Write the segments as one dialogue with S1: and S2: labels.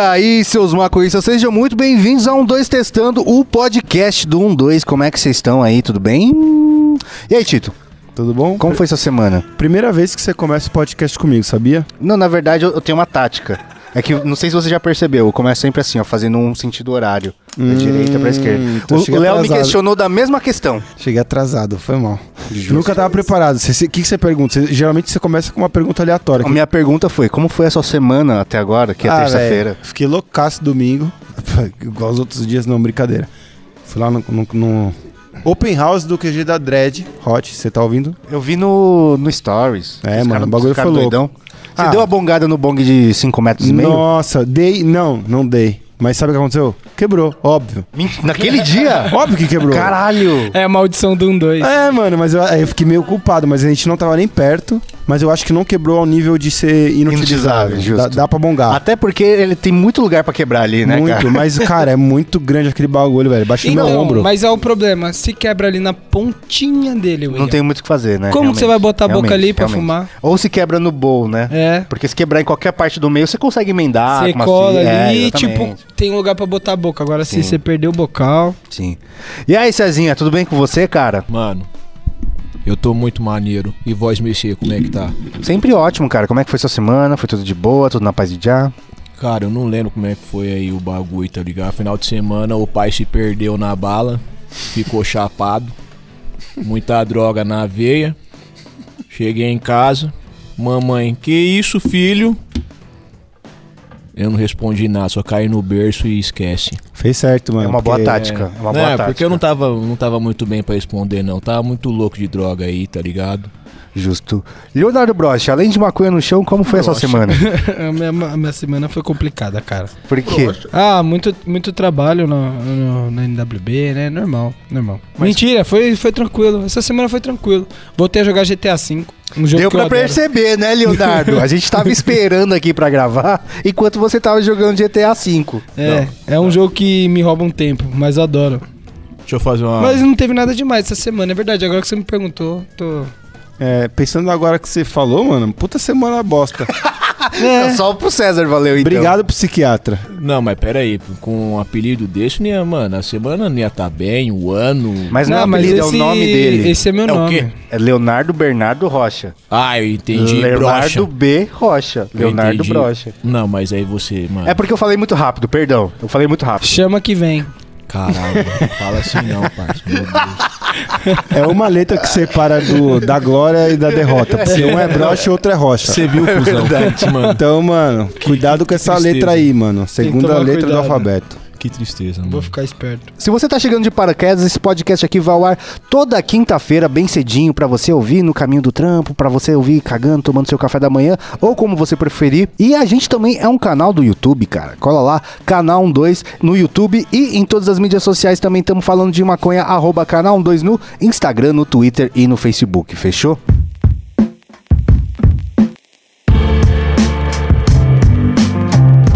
S1: aí, seus maconhistas, sejam muito bem-vindos a 12 Testando, o podcast do 12. Como é que vocês estão aí? Tudo bem? E aí, Tito?
S2: Tudo bom?
S1: Como foi sua semana?
S2: Primeira vez que você começa o podcast comigo, sabia?
S1: Não, na verdade, eu, eu tenho uma tática. É que, não sei se você já percebeu, eu começo sempre assim, ó, fazendo um sentido horário. Da direita pra esquerda.
S2: então
S1: O-
S2: chega
S1: o Léo me
S2: atrasado.
S1: questionou da mesma questão.
S2: Cheguei atrasado, foi mal. Nunca tava preparado. O que, que você pergunta? Você- geralmente você começa com uma pergunta aleatória.
S1: A minha pergunta foi, como foi a sua semana até agora, que é
S2: Ah,
S1: terça-feira?
S2: velho, Fiquei loucaço domingo. Igual os outros dias, não, brincadeira. Fui lá no, no- no Open House do QG da Dread. Hot, você tá ouvindo?
S1: Eu vi no, no Stories.
S2: É, mano, o bagulho
S1: os
S2: foi louco.
S1: doidão. Você
S2: Ah.
S1: deu a bongada no bong de 5 metros e meio?
S2: Nossa, dei. Não, não dei. Mas sabe o que aconteceu? Quebrou, óbvio.
S1: Ment- Naquele dia?
S2: Óbvio que quebrou.
S1: Caralho!
S3: É a maldição do 1-2.
S2: É, mano, mas eu, aí eu fiquei meio culpado, mas a gente não tava nem perto, mas eu acho que não quebrou ao nível de ser inutilizável.
S1: Inutilizável, justo.
S2: Dá, dá pra bongar.
S1: Até porque ele tem muito lugar pra quebrar ali, né,
S2: muito,
S1: cara?
S2: mas, cara, é muito grande aquele bagulho, velho. Baixa no meu ombro.
S3: mas é o problema. Se quebra ali na pontinha dele, William.
S1: Não tem muito o que fazer, né?
S3: Como que você vai botar a boca ali pra fumar?
S1: Ou se quebra no bowl, né?
S3: É.
S1: Porque se quebrar em qualquer parte do meio, você consegue emendar.
S3: Você
S1: com uma
S3: cola
S1: fita. É,
S3: ali, tipo,
S1: exatamente.
S3: tem lugar pra botar a boca. Agora,
S1: Sim.
S3: se você perder o bocal...
S1: Sim. E aí, Cezinha, tudo bem com você, cara?
S4: Mano, eu tô muito maneiro. E voz mexer, como é que tá?
S1: Sempre ótimo, cara. Como é que foi sua semana? Foi tudo de boa? Tudo na paz de já?
S4: Cara, eu não lembro como é que foi aí o bagulho, tá ligado? Final de semana o pai se perdeu na bala, ficou chapado, muita droga na veia. Cheguei em casa, mamãe, que isso, filho? Eu não respondi nada, só caí no berço e esquece.
S2: Fez certo, mano.
S1: É uma boa
S2: porque-
S1: tática. É uma boa
S4: é,
S1: tática.
S4: porque eu não tava, não tava muito bem pra responder, não. Tava muito louco de droga aí, tá ligado?
S1: Justo. Leonardo Brocha, além de maconha no chão, como foi a sua semana?
S3: a, minha, a minha semana foi complicada, cara.
S1: Por quê?
S3: Ah, muito, muito trabalho no, no- na NWB, né? Normal, normal. Mentira, foi, foi tranquilo. Essa semana foi tranquilo. Voltei a jogar GTA V. Um jogo
S1: Deu
S3: que eu
S1: pra
S3: adoro.
S1: perceber, né, Leonardo? A gente tava esperando aqui pra gravar, enquanto você tava jogando GTA V.
S3: É, é um jogo que me rouba um tempo, mas eu adoro.
S4: Deixa eu fazer
S1: Ah.
S4: uma.
S3: Mas não teve nada demais essa semana, é verdade. Agora que você me perguntou, tô.
S2: É, pensando agora que você falou, mano, puta semana bosta.
S1: É Só pro César, valeu então.
S2: Obrigado, psiquiatra.
S4: Não, mas pera aí, com um apelido desse, né, mano, a semana não ia tá bem, o ano.
S1: Mas não, é mas é o nome dele.
S3: Esse é meu
S4: É o
S3: nome.
S4: quê?
S1: É Leonardo Bernardo Rocha.
S4: Ah, eu entendi,
S1: Leonardo
S4: brocha.
S1: B. Rocha.
S4: Eu
S1: Leonardo
S4: entendi.
S1: Brocha.
S4: Não, mas aí você, mano.
S1: É porque eu falei muito rápido, perdão. Eu falei muito rápido.
S3: Chama que vem.
S4: Caralho, não fala assim não, parceiro. Meu Deus.
S2: É uma letra que separa do, da glória e da derrota. Porque um é brocha e outro é rocha.
S4: Você viu, cuzão? mano,
S2: Então, mano, cuidado com essa
S4: tristeza.
S2: letra aí, mano. Segunda
S3: tomar
S2: letra do
S3: cuidado.
S2: alfabeto.
S4: que tristeza,
S3: Vou
S4: mano.
S3: ficar esperto.
S1: Se você tá chegando de paraquedas, esse podcast aqui vai ao ar toda quinta-feira, bem cedinho, pra você ouvir no caminho do trampo, pra você ouvir cagando, tomando seu café da manhã, ou como você preferir. E a gente também é um canal do YouTube, cara. Cola lá, canal 12 no YouTube e em todas as mídias sociais também estamos falando de maconha, arroba canal 12 no Instagram, no Twitter e no Facebook, fechou?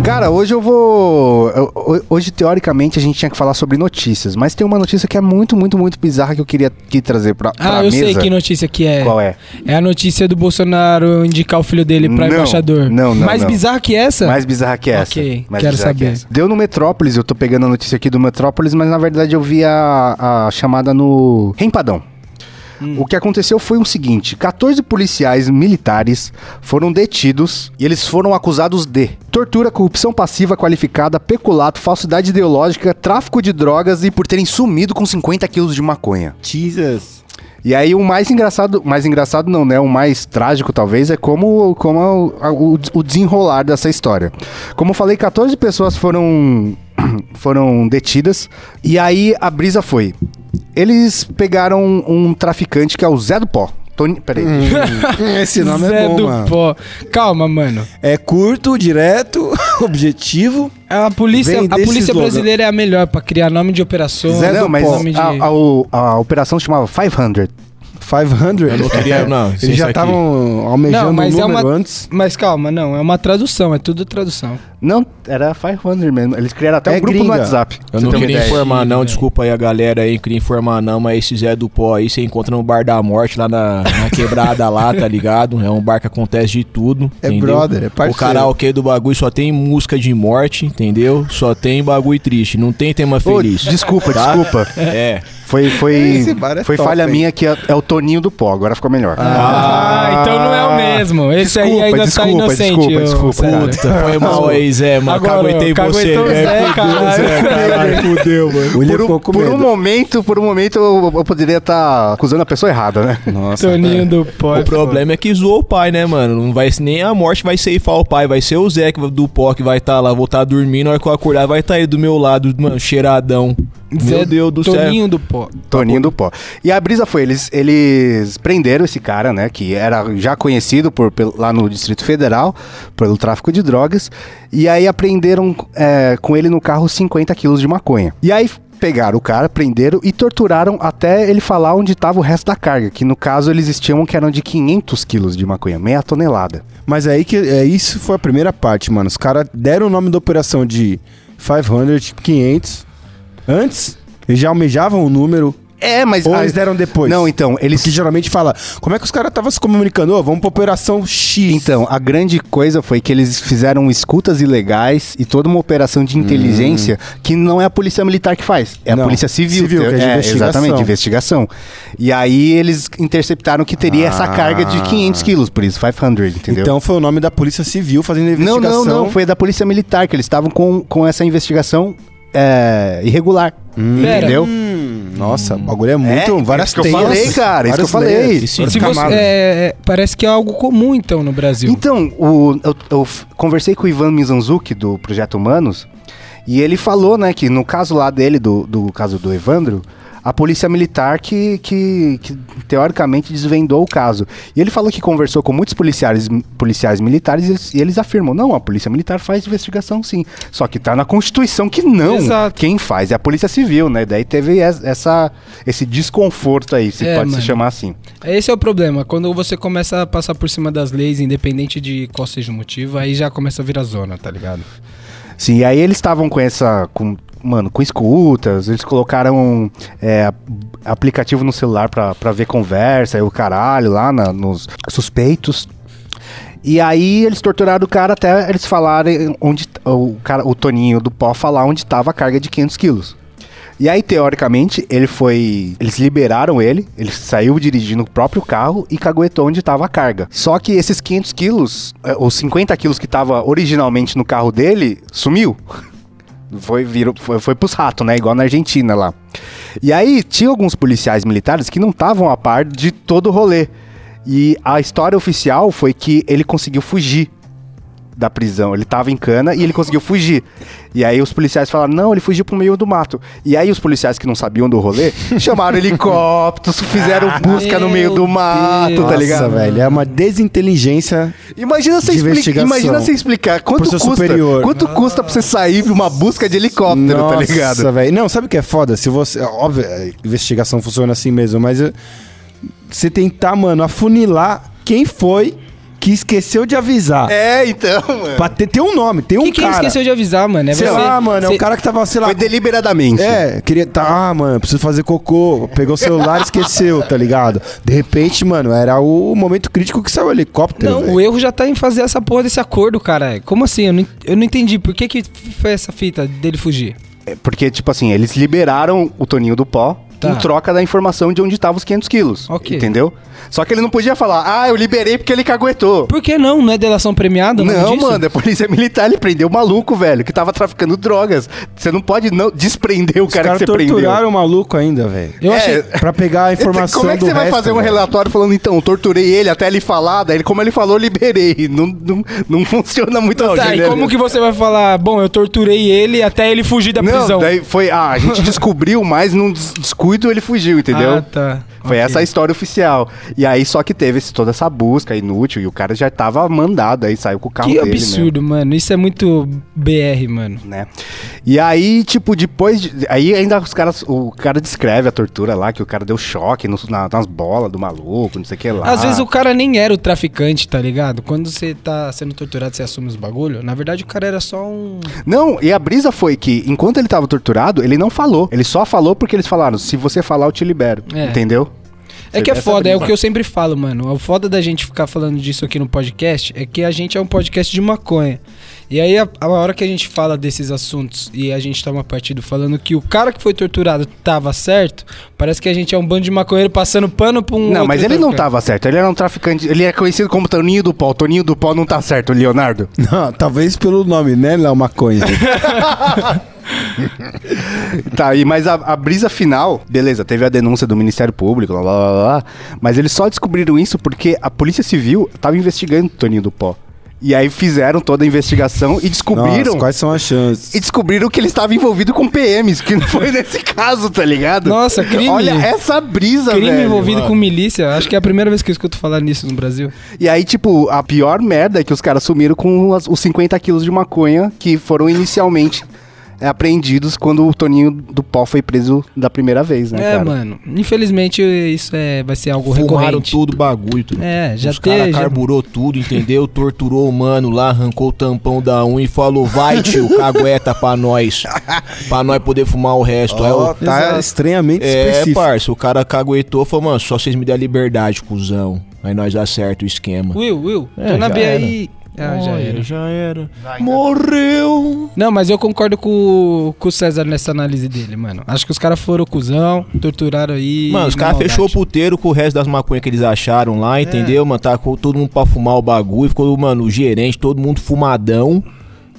S1: Cara, hoje eu vou. eu- ho- Hoje, teoricamente, a gente tinha que falar sobre notícias, mas tem uma notícia que é muito, muito, muito bizarra que eu queria aqui trazer pra, pra
S3: Ah, eu
S1: mesa.
S3: sei que notícia que é.
S1: Qual é?
S3: É a notícia do Bolsonaro indicar o filho dele pra
S1: Não,
S3: embaixador.
S1: não, não,
S3: Mais
S1: não.
S3: bizarra que essa?
S1: Mais bizarra que essa.
S3: Ok,
S1: Mais
S3: quero
S1: bizarra que
S3: saber.
S1: essa. Deu no Metrópolis, eu tô pegando a notícia aqui do Metrópolis, mas na verdade eu vi a, a chamada no Rempadão.
S3: Hum.
S1: O que aconteceu foi o seguinte: 14 policiais militares foram detidos e eles foram acusados de tortura, corrupção passiva qualificada, peculato, falsidade ideológica, tráfico de drogas e por terem sumido com 50 quilos de maconha.
S2: Jesus.
S1: E aí o mais engraçado, mais engraçado não, né? O mais trágico talvez é como, como a- a- o, o desenrolar dessa história. Como eu falei, 14 pessoas foram foram detidas e aí a brisa foi. Eles pegaram um traficante que é o Zé do Pó. Tony, peraí.
S2: Esse nome
S3: Zé
S2: é bom,
S3: do
S2: mano.
S3: Pó. Calma, mano.
S2: É curto, direto, objetivo.
S3: A É polícia,
S2: Vem
S3: a
S2: desse
S3: polícia
S2: slogan.
S3: brasileira é a melhor pra criar nome de operação.
S1: Zé do Ah,
S3: nome
S1: mas
S3: de...
S1: a, a- o- a operação se chamava 500.
S2: 500.
S4: Eu não queria, não.
S2: Eles já estavam almejando
S3: Não,
S2: o
S3: mas é
S2: número
S3: uma-
S2: antes.
S3: Mas calma, não, é uma tradução, é tudo tradução.
S1: Não, era 500 mesmo. Eles criaram até
S2: É
S1: um grupo no
S2: gringa.
S1: WhatsApp. pra
S4: Eu
S1: você
S4: não
S1: ter uma
S4: queria
S1: ideia.
S4: informar, não.
S3: Sim,
S4: Desculpa aí a galera aí, queria informar, não. Mas esse Zé do Pó aí, você encontra no Bar da Morte, lá na, na quebrada lá, tá ligado? É um bar que acontece de tudo.
S2: É
S4: entendeu?
S2: brother, é parceiro.
S4: O karaokê do bagulho só tem música de morte, entendeu? Só tem bagulho triste, não tem tema
S1: Ô,
S4: feliz.
S1: desculpa,
S4: Tá?
S1: desculpa.
S4: É.
S1: Foi, foi,
S2: Esse bar é
S1: foi
S2: top,
S1: falha
S2: hein?
S1: minha que é, é o Toninho do Pó, agora ficou melhor.
S3: Ah, então não é o mesmo. Esse
S1: Desculpa,
S3: aí ainda
S1: desculpa,
S3: tá inocente.
S1: desculpa,
S3: ô,
S1: desculpa.
S3: César.
S4: Puta, foi mal aí, Zé, mano.
S3: Agora,
S4: Caguetei você,
S3: caguetou o
S4: né?
S3: Zé,
S1: Ah,
S3: caralho.
S2: é, Fudeu, mano.
S1: Por, um, por um momento, por um momento eu, eu poderia estar acusando a pessoa errada, né?
S2: Nossa.
S3: Toninho do pó.
S4: O problema é que zoou o pai, né, mano? Não vai, nem a morte vai ceifar o pai, vai ser o Zé que- do pó que vai estar lá, vou estar dormindo, na hora que eu acordar, vai estar aí do meu lado, mano, cheiradão.
S3: Zé
S4: meu Deus do céu.
S3: Toninho do pó.
S1: Toninho
S2: Tá
S1: do Pó. E a brisa foi, eles, eles prenderam esse cara, né? Que era já conhecido por, pel- lá no Distrito Federal pelo tráfico de drogas. E aí apreenderam é, com ele no carro 50 quilos de maconha. E aí pegaram o cara, prenderam e torturaram até ele falar onde estava o resto da carga. Que no caso eles estimam que eram de 500 quilos de maconha, meia tonelada.
S2: Mas aí que é, isso foi a primeira parte, mano. Os caras deram o nome da operação de 500, 500. Antes, eles já almejavam o número.
S1: É, mas...
S2: Ou
S1: ah,
S2: eles deram depois?
S1: Não, então, eles...
S2: Porque geralmente fala, como é que os caras estavam se comunicando? Ô, vamos pra operação X.
S1: Então, a grande coisa foi que eles fizeram escutas ilegais e toda uma operação de inteligência que não é a polícia militar que faz, é a
S2: Hum. Não,
S1: polícia civil.
S2: civil, que é de investigação.
S1: Exatamente, de investigação. E aí eles interceptaram que teria essa carga de 500 quilos, por isso, 500, entendeu?
S2: Ah. Então foi o nome da Polícia Civil fazendo a
S1: não, não,
S2: investigação.
S1: não, foi da polícia militar, que eles estavam com, com essa investigação é, irregular,
S3: Pera.
S1: entendeu?
S2: Hum, nossa, o bagulho é muito.
S1: É,
S2: várias
S1: isso que eu falei, cara, isso que eu falei.
S4: E
S3: Se
S2: se
S3: você- é, é, parece que é algo comum, então, no Brasil.
S1: Então, o- eu, eu f- conversei com o Ivan Mizanzuki, do Projeto Humanos, e ele falou, né, que no caso lá dele, do, do caso do Evandro, a polícia militar que, que, que, teoricamente desvendou o caso. E ele falou que conversou com muitos policiais, policiais militares e eles- e eles afirmam, não, a polícia militar faz investigação sim. Só que tá na Constituição que não.
S3: Exato.
S1: Quem faz é a polícia civil, né? Daí teve es- essa, esse desconforto aí, se
S3: É,
S1: pode
S3: mano.
S1: se chamar assim.
S3: Esse é o problema. Quando você começa a passar por cima das leis, independente de qual seja o motivo, aí já começa a virar zona, tá ligado?
S1: Sim, e aí eles estavam com essa. Com, mano, com escutas, eles colocaram é, aplicativo no celular pra, pra ver conversa e o caralho lá na- nos suspeitos. E aí eles torturaram o cara até eles falarem onde t- o, cara, o Toninho do pó falar onde tava a carga de 500 quilos. E aí, teoricamente, ele foi. Eles liberaram ele, ele saiu dirigindo o próprio carro e caguetou onde estava a carga. Só que esses 500 quilos, eh, os 50 quilos que tava originalmente no carro dele, sumiu. Foi, virou, foi, foi pros ratos, né? Igual na Argentina lá. E aí, tinha alguns policiais militares que não estavam a par de todo o rolê. E a história oficial foi que ele conseguiu fugir da prisão. Ele tava em cana e ele conseguiu fugir. E aí os policiais falaram: não, ele fugiu pro meio do mato. E aí os policiais que não sabiam do rolê chamaram helicópteros, fizeram busca no meio do
S3: Meu
S1: mato,
S3: Deus.
S1: tá
S2: Ah, Nossa,
S1: ligado?
S2: velho, é uma desinteligência.
S1: Imagina você,
S2: De
S1: explica,
S2: investigação.
S1: imagina você explicar quanto
S2: Pro seu
S1: custa,
S2: superior.
S1: quanto custa pra você sair de uma busca de helicóptero, tá ligado?
S2: Nossa, velho. Não, sabe o que é foda? Se você. Óbvio, a investigação funciona assim mesmo, mas eh, você tentar, mano, afunilar quem foi que esqueceu de avisar.
S1: É, então, mano.
S2: Pra ter, ter um nome, tem um
S3: Quem que
S2: cara.
S3: esqueceu de avisar, mano? É
S2: Sei
S3: você-
S2: lá, mano, é
S3: você-
S2: um cara que tava, sei lá.
S1: Foi deliberadamente.
S2: É, queria. Tá, ah, mano, preciso fazer cocô. Pegou o celular e esqueceu, tá ligado? De repente, mano, era o momento crítico que saiu o helicóptero.
S3: Não,
S2: velho.
S3: o erro já tá em fazer essa porra desse acordo, cara. Como assim? Eu não, en- eu não entendi. Por que que foi essa fita dele fugir?
S1: É, Porque, tipo assim, eles liberaram o Toninho do Pó
S3: Tá.
S1: em troca da informação de onde tava os 500 quilos.
S3: Ok.
S1: Entendeu? Só que ele não podia falar, ah, eu liberei porque ele caguetou.
S3: Por que não? Não é delação premiada? o
S2: tá
S3: nome
S1: Não,
S3: disso?
S1: mano, é polícia militar, ele prendeu o maluco, velho, que tava traficando drogas. Você não pode não desprender o
S2: Os
S1: cara que
S2: caras
S1: você prendeu.
S2: torturaram o maluco ainda, velho.
S3: Eu
S1: É,
S3: achei...
S2: Pra pegar a informação
S1: Como é que
S2: do
S1: você vai
S2: resto,
S1: fazer um
S2: velho.
S1: relatório falando, então, eu torturei ele até ele falar, daí ele, como ele falou, eu liberei. Não, não, não funciona muito assim.
S3: Tá, e
S1: né?
S3: como que você vai falar? Bom, eu torturei ele até ele fugir da
S1: Não,
S3: prisão.
S1: daí foi, ah, a gente descobriu, mas num des- descuido ele fugiu, entendeu?
S3: Ah, tá.
S1: Foi essa a história oficial. E aí, só que teve esse- toda essa busca inútil e o cara já tava mandado aí, saiu com o carro
S3: Que
S1: dele. mesmo.
S3: absurdo, mano. Isso é muito BR, mano.
S1: né? E aí, tipo, depois. de- aí ainda os caras. O cara descreve a tortura lá, que o cara deu choque nos- na- nas bolas do maluco, não sei o que lá.
S3: Às vezes o cara nem era o traficante, tá ligado? Quando você tá sendo torturado, você assume os bagulho. Na verdade, o cara era só um.
S1: Não, e a brisa foi que, enquanto ele tava torturado, ele não falou. Ele só falou porque eles falaram: se você falar, eu te libero.
S3: É.
S1: Entendeu?
S3: É
S1: Você
S3: que é
S1: vê essa
S3: foda, é o
S1: brisa.
S3: que eu sempre falo, mano. O foda da gente ficar falando disso aqui no podcast é que a gente é um podcast de maconha. E aí, a, a hora que a gente fala desses assuntos e a gente toma partido falando que o cara que foi torturado tava certo, parece que a gente é um bando de maconheiro passando pano pra um.
S1: não,
S3: outro
S1: mas ele não
S3: traficante.
S1: tava certo. Ele era um traficante. Ele é conhecido como Toninho do Pó. Toninho do Pó não tá certo, Leonardo.
S2: Não, talvez pelo nome, né, Léo Maconha?
S1: Tá, e, mas a, a brisa final, beleza, teve a denúncia do Ministério Público, lá, lá, lá, lá, lá, mas eles só descobriram isso porque a Polícia Civil tava investigando o Toninho do Pó. E aí fizeram toda a investigação e descobriram.
S2: Nossa, quais são as chances?
S1: E descobriram que ele estava envolvido com PMs, que não foi nesse caso, tá ligado?
S3: Nossa, crime.
S1: Olha essa brisa,
S3: Crime
S1: velho.
S3: envolvido com milícia. Acho que é a primeira vez que eu escuto falar nisso no Brasil.
S1: E aí, tipo, a pior merda é que os caras sumiram com as- os 50 quilos de maconha que foram inicialmente é, apreendidos quando o Toninho do Pó foi preso da primeira vez, né,
S3: É,
S1: cara?
S3: mano. Infelizmente, isso é, vai ser algo
S4: Fumaram
S3: recorrente.
S4: tudo o bagulho, tudo.
S3: É, já
S4: Os cara
S3: teve. já-
S4: carburou tudo, entendeu? Torturou o mano lá, arrancou o tampão da unha e falou: vai, tio, cagueta pra nós. Pra nós poder fumar o resto. Aí
S2: Ó,
S4: eu-
S2: tá
S3: Exato.
S2: estranhamente
S4: É,
S2: específico.
S4: parça, o cara caguetou e falou, mano, só vocês me derem a liberdade, cuzão. Aí nós acerta o esquema.
S3: Will, Will,
S4: É,
S3: tô na
S4: já
S3: B
S4: era.
S3: aí. Ah, já
S4: Olha,
S3: era.
S4: Já era. Morreu!
S3: Não, mas eu concordo com, o- com o César nessa análise dele, mano. Acho que os caras foram cuzão, torturaram aí.
S4: Mano, os
S3: na
S4: caras
S3: maldade.
S4: fechou o puteiro com o resto das maconhas que eles acharam lá, entendeu, mano? Tacou todo mundo pra fumar o bagulho, ficou, mano, o gerente, todo mundo fumadão.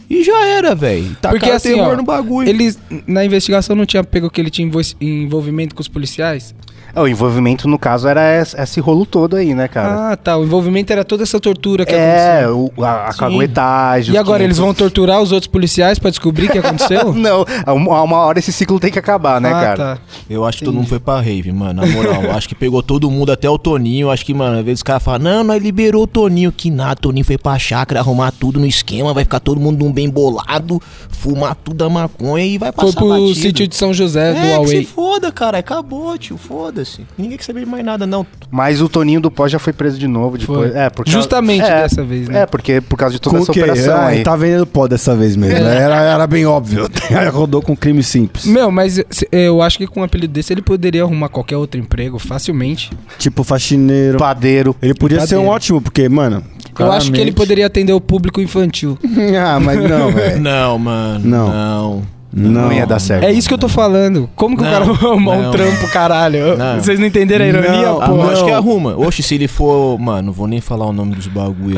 S4: E já era, velho. Tacaram
S3: Porque assim,
S4: terror
S3: ó,
S4: no bagulho.
S3: Eles, na investigação, não tinha pego que ele tinha envol- envolvimento com os policiais?
S1: É, O envolvimento, no caso, era es- esse rolo todo aí, né, cara?
S3: Ah, tá. O envolvimento era toda essa tortura que
S1: é,
S3: aconteceu.
S1: o- a, a
S4: Sim.
S1: caguetagem.
S3: E
S1: os
S3: agora, eles vão
S1: 500.
S3: torturar os outros policiais pra descobrir o que aconteceu?
S1: Não, a um- a uma hora esse ciclo tem que acabar, né,
S3: ah,
S1: cara?
S3: tá.
S4: Eu acho que todo mundo foi pra rave, mano, na moral. acho que pegou todo mundo, até o Toninho. Acho que, mano, às vezes os caras falam, não, nós liberou o Toninho. Que nada, Toninho foi pra chácara arrumar tudo no esquema, vai ficar todo mundo num bem bolado, fumar tudo a maconha e vai passar
S3: Foi pro
S4: batido.
S3: sítio de São José do
S4: É, que se
S3: Huawei.
S4: foda, cara. Acabou, tio. Foda-se. Ninguém quer saber de mais nada, não.
S1: Mas o Toninho do Pó já foi preso de novo depois.
S3: Foi.
S1: É, por causa-
S3: Justamente
S1: é,
S3: dessa vez, né?
S1: É, porque por causa de toda
S2: Com
S1: essa
S2: o quê?
S1: operação
S2: Ah,
S3: então-
S1: aí. É.
S2: Tá vendendo pó dessa vez mesmo. né? Era, era bem óbvio. Rodou com crime simples.
S3: Meu, mas se- eu acho que com um apelido desse ele poderia arrumar qualquer outro emprego facilmente.
S2: Tipo faxineiro.
S1: Padeiro.
S2: Ele podia ser um
S3: Padeiro.
S2: ótimo, porque, mano.
S3: Eu acho que ele poderia atender o público infantil.
S2: poderia. ah, mas não, velho.
S4: Não, mano.
S2: Não.
S4: Não.
S1: Não,
S2: Não.
S1: ia dar certo.
S3: É isso que eu tô falando. Como que
S4: Não,
S3: o cara vai arrumar um
S4: não.
S3: trampo, caralho?
S4: Não.
S3: Vocês não entenderam a ironia,
S2: Não,
S4: Ah,
S3: pô?
S4: mas acho
S2: não.
S4: que arruma. Oxe, se ele for. Mano, não vou nem falar o nome dos bagulho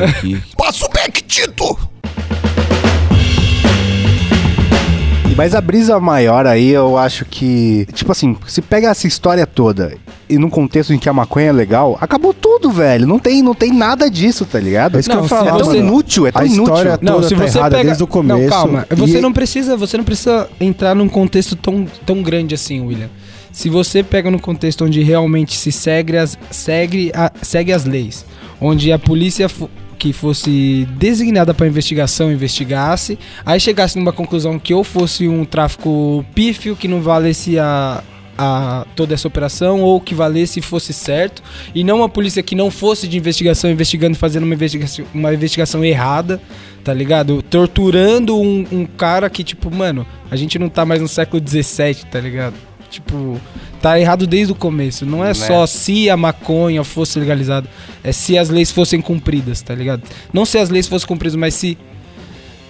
S4: aqui. Passa o back, Tito!
S1: Mas a brisa maior aí, eu acho que. Tipo assim, se pega essa história toda e num contexto em que a maconha é legal, acabou tudo, velho. Não tem, não tem nada disso, tá ligado?
S2: É isso
S3: Não,
S2: que eu
S3: se
S1: É
S2: falava.
S1: tão
S3: você-
S2: mano.
S1: inútil, é tão
S2: a
S1: inútil.
S2: história
S3: Não,
S2: toda
S3: se
S2: tá
S3: você
S2: errada
S3: pega
S2: desde o começo.
S3: Não, calma. Você
S2: E-
S3: não precisa, você não precisa entrar num contexto tão, tão grande assim, William. Se você pega num contexto onde realmente se segue as segue, a- segue as leis, onde a polícia fo- que fosse designada para investigação investigasse, aí chegasse numa conclusão que ou fosse um tráfico pífio que não valecia a toda essa operação ou que valesse e fosse certo e não uma polícia que não fosse de investigação investigando e fazendo uma investigação, uma investigação errada, tá ligado? Torturando um, um cara que, tipo, mano, a gente não tá mais no século XVII, tá ligado? Tipo, tá errado desde o começo. Não é
S1: Né?
S3: só se a maconha fosse legalizada, é se as leis fossem cumpridas, tá ligado? Não se as leis fossem cumpridas, mas se.